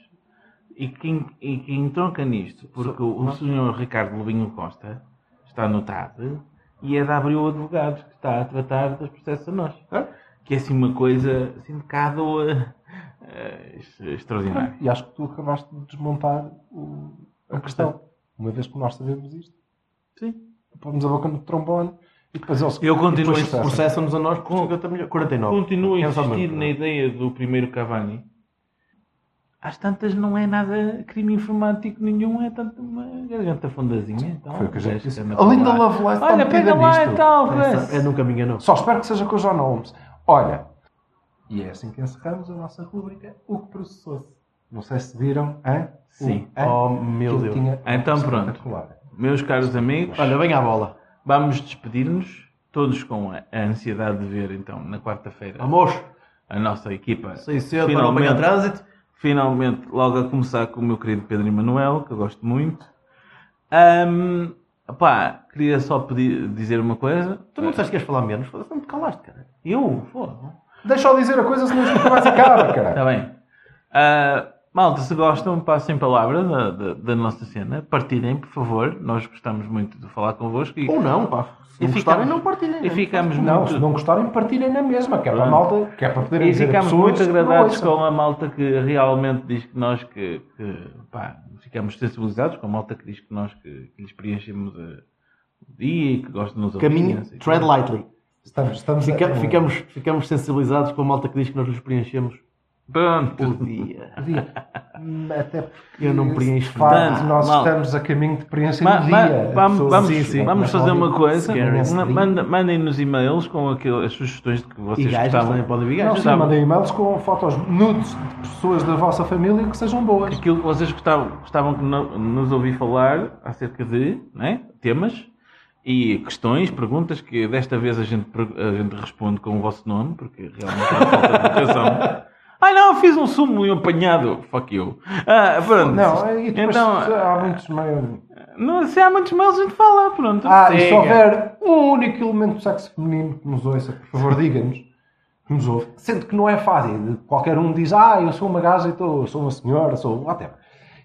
B: E que, e que entronca nisto, porque o senhor Ricardo Lobinho Costa está no TAD e é da Abril Advogados que está a tratar dos processos a nós.
C: Hã?
B: Que é assim uma coisa assim, um bocado eh, eh, extraordinária.
C: E acho que tu acabaste de desmontar o- a questão. Uma vez que nós sabemos isto.
B: Sim.
C: pomos a boca no trombone e depois eles.
B: Eu continuo
C: e depois
B: esse
C: processam.
A: Processam-nos a nós por 50 milhões. 49.
B: Continuo a
A: É só
B: insistir
A: mesmo.
B: na ideia do primeiro Cavani. Às tantas não é nada crime informático nenhum, é tanto uma garganta fundazinha. Então,
C: Foi o que a gente
B: acho
C: disse.
B: anda
C: A
B: para
C: Linda
B: lá.
C: Lovelace está
B: Olha,
C: metida
B: pega lá então,
C: nisto. é
B: e tal,
A: Pensa,
B: vê-se.
A: Eu nunca me enganou.
C: Só espero que seja com o John Holmes. Olha, e é assim que encerramos a nossa rúbrica O que processou-se. Não sei se viram, hein?
B: Sim.
C: O, hã?
A: Oh, meu
C: Que
A: Deus.
C: É? Tinha
B: Então, pronto.
C: espetacular.
B: Meus caros amigos,
A: Olha, vem à bola.
B: vamos despedir-nos, todos com a, a ansiedade de ver, então, na quarta-feira,
A: Vamos.
B: a nossa equipa.
A: Sei cedo para não apanhar trânsito.
B: finalmente, logo a começar com o meu querido Pedro Emanuel, que eu gosto muito. Ahm, pá, queria só pedir, dizer uma coisa.
A: Tu não disseste que ias falar menos? Foda-se, não te calaste, cara.
B: Eu? Foda-se.
C: Deixa eu dizer a coisa, senão isto nunca mais acaba, cara.
B: Está bem. Ah, malta, se gostam, passem palavra da, da, da nossa cena. Partilhem, por favor. Nós gostamos muito de falar convosco. E,
A: Ou não, pá. Se
B: E
A: não
B: ficamos-
A: gostarem, não partilhem. né?
B: e ficamos
C: Não, se
B: muito...
C: não gostarem, partilhem na mesma, que é para a
B: Pronto.
C: malta, que é para poderem
B: E
C: dizer a
B: ficamos
C: pessoas
B: muito
C: que não
B: agradados
C: ouçam.
B: com a malta que realmente diz que nós que, que, pá, ficamos sensibilizados com a malta que diz que nós que, que lhes preenchemos eh, o dia e que gostam de nos ouvir, Assim. não
A: Caminho,
B: sei o quê.
A: tread lightly.
C: Estamos, estamos a-
A: Fica- ficamos, ficamos sensibilizados com a malta que diz que nós nos preenchemos o
B: Pronto.
A: dia.
C: Dia. Hum, Até porque
A: Eu não
C: de
A: preencho
C: facto,
B: nada.
C: nós
B: Mal.
C: estamos a caminho de preencher
B: Ma-
C: o
B: ma-
C: dia. As
B: vamos
C: pessoas-
B: vamos-
C: Sim, sim. um
B: vamos
C: Mas
B: fazer uma
C: não-
B: coisa.
C: Scary.
B: Ma- manda- Mandem-nos e-mails com aquele- as sugestões de que
A: E
B: vocês
A: gajas
B: gostavam.
A: também podem vir
C: Não,
A: gajas.
C: sim, mandem e-mails com fotos nudes de pessoas da vossa família que sejam boas.
B: aquilo que vocês gostavam, gostavam que no- nos ouvir falar acerca de né, temas e questões, perguntas que desta vez a gente, per- a gente responde com o vosso nome, porque realmente há falta de educação. Ai não, fiz um sumo e um apanhado. Fuck you. Ah, pronto.
C: Não, e depois
B: então,
C: se há muitos meio...
B: não, se há muitos mails a gente fala, pronto.
C: Ah, e se
B: Siga.
C: houver um único elemento do sexo feminino que nos ouça, por favor, diga-nos que nos ouve. Sendo que não é fácil. Qualquer um diz, ah, eu sou uma gaja, então, eu sou uma senhora, sou whatever.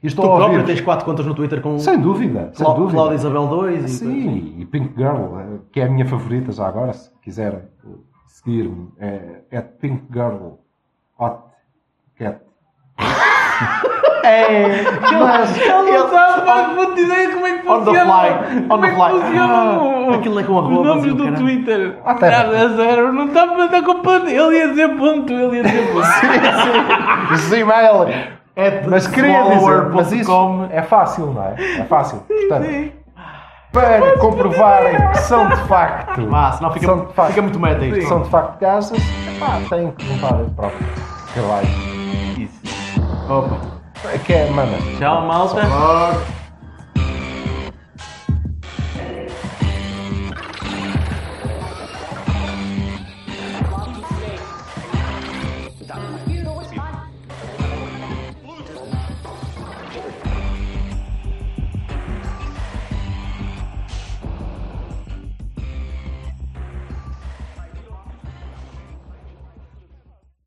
C: E estou
A: Tu
C: a
A: próprio
C: ouvir.
A: tens quatro contas no Twitter com
C: Sem dúvida, sem
A: Clá-
C: dúvida.
A: Cláudia Isabel 2 e
C: Sim, e Pink Girl, eh, que é a minha favorita já agora, se quiserem eh, seguir-me, é, é Pink Girl Hot Cat.
A: É, mas
B: Ele não
A: ele-
B: sabe mais puta ideia como é que
A: On the
B: funciona.
A: fly, on
B: Como
A: the
B: é que
A: fly.
B: funciona o-
A: Ah, aquilo é com
B: Os
A: arrobas e
B: nomes
A: o
B: do
A: caralho.
B: Twitter.
C: Ah, tá.
B: Nada a zero. Não está para dar com ponto. Ele ia dizer ponto. Ele ia dizer ponto.
C: Gmail.
A: é
C: eh, Mas queria dizer, mas isso
A: follower.com.
C: é fácil, não é? É fácil. Portanto, para comprovarem que são de facto.
A: Vá, senão fica,
C: são de facto,
A: fica muito meta
C: que
A: isto.
C: são de facto gases, pá, têm que levar a prova. Caralho.
A: Isso. Opa.
C: Que é, mano.
B: Tchau, malta.
A: Opa.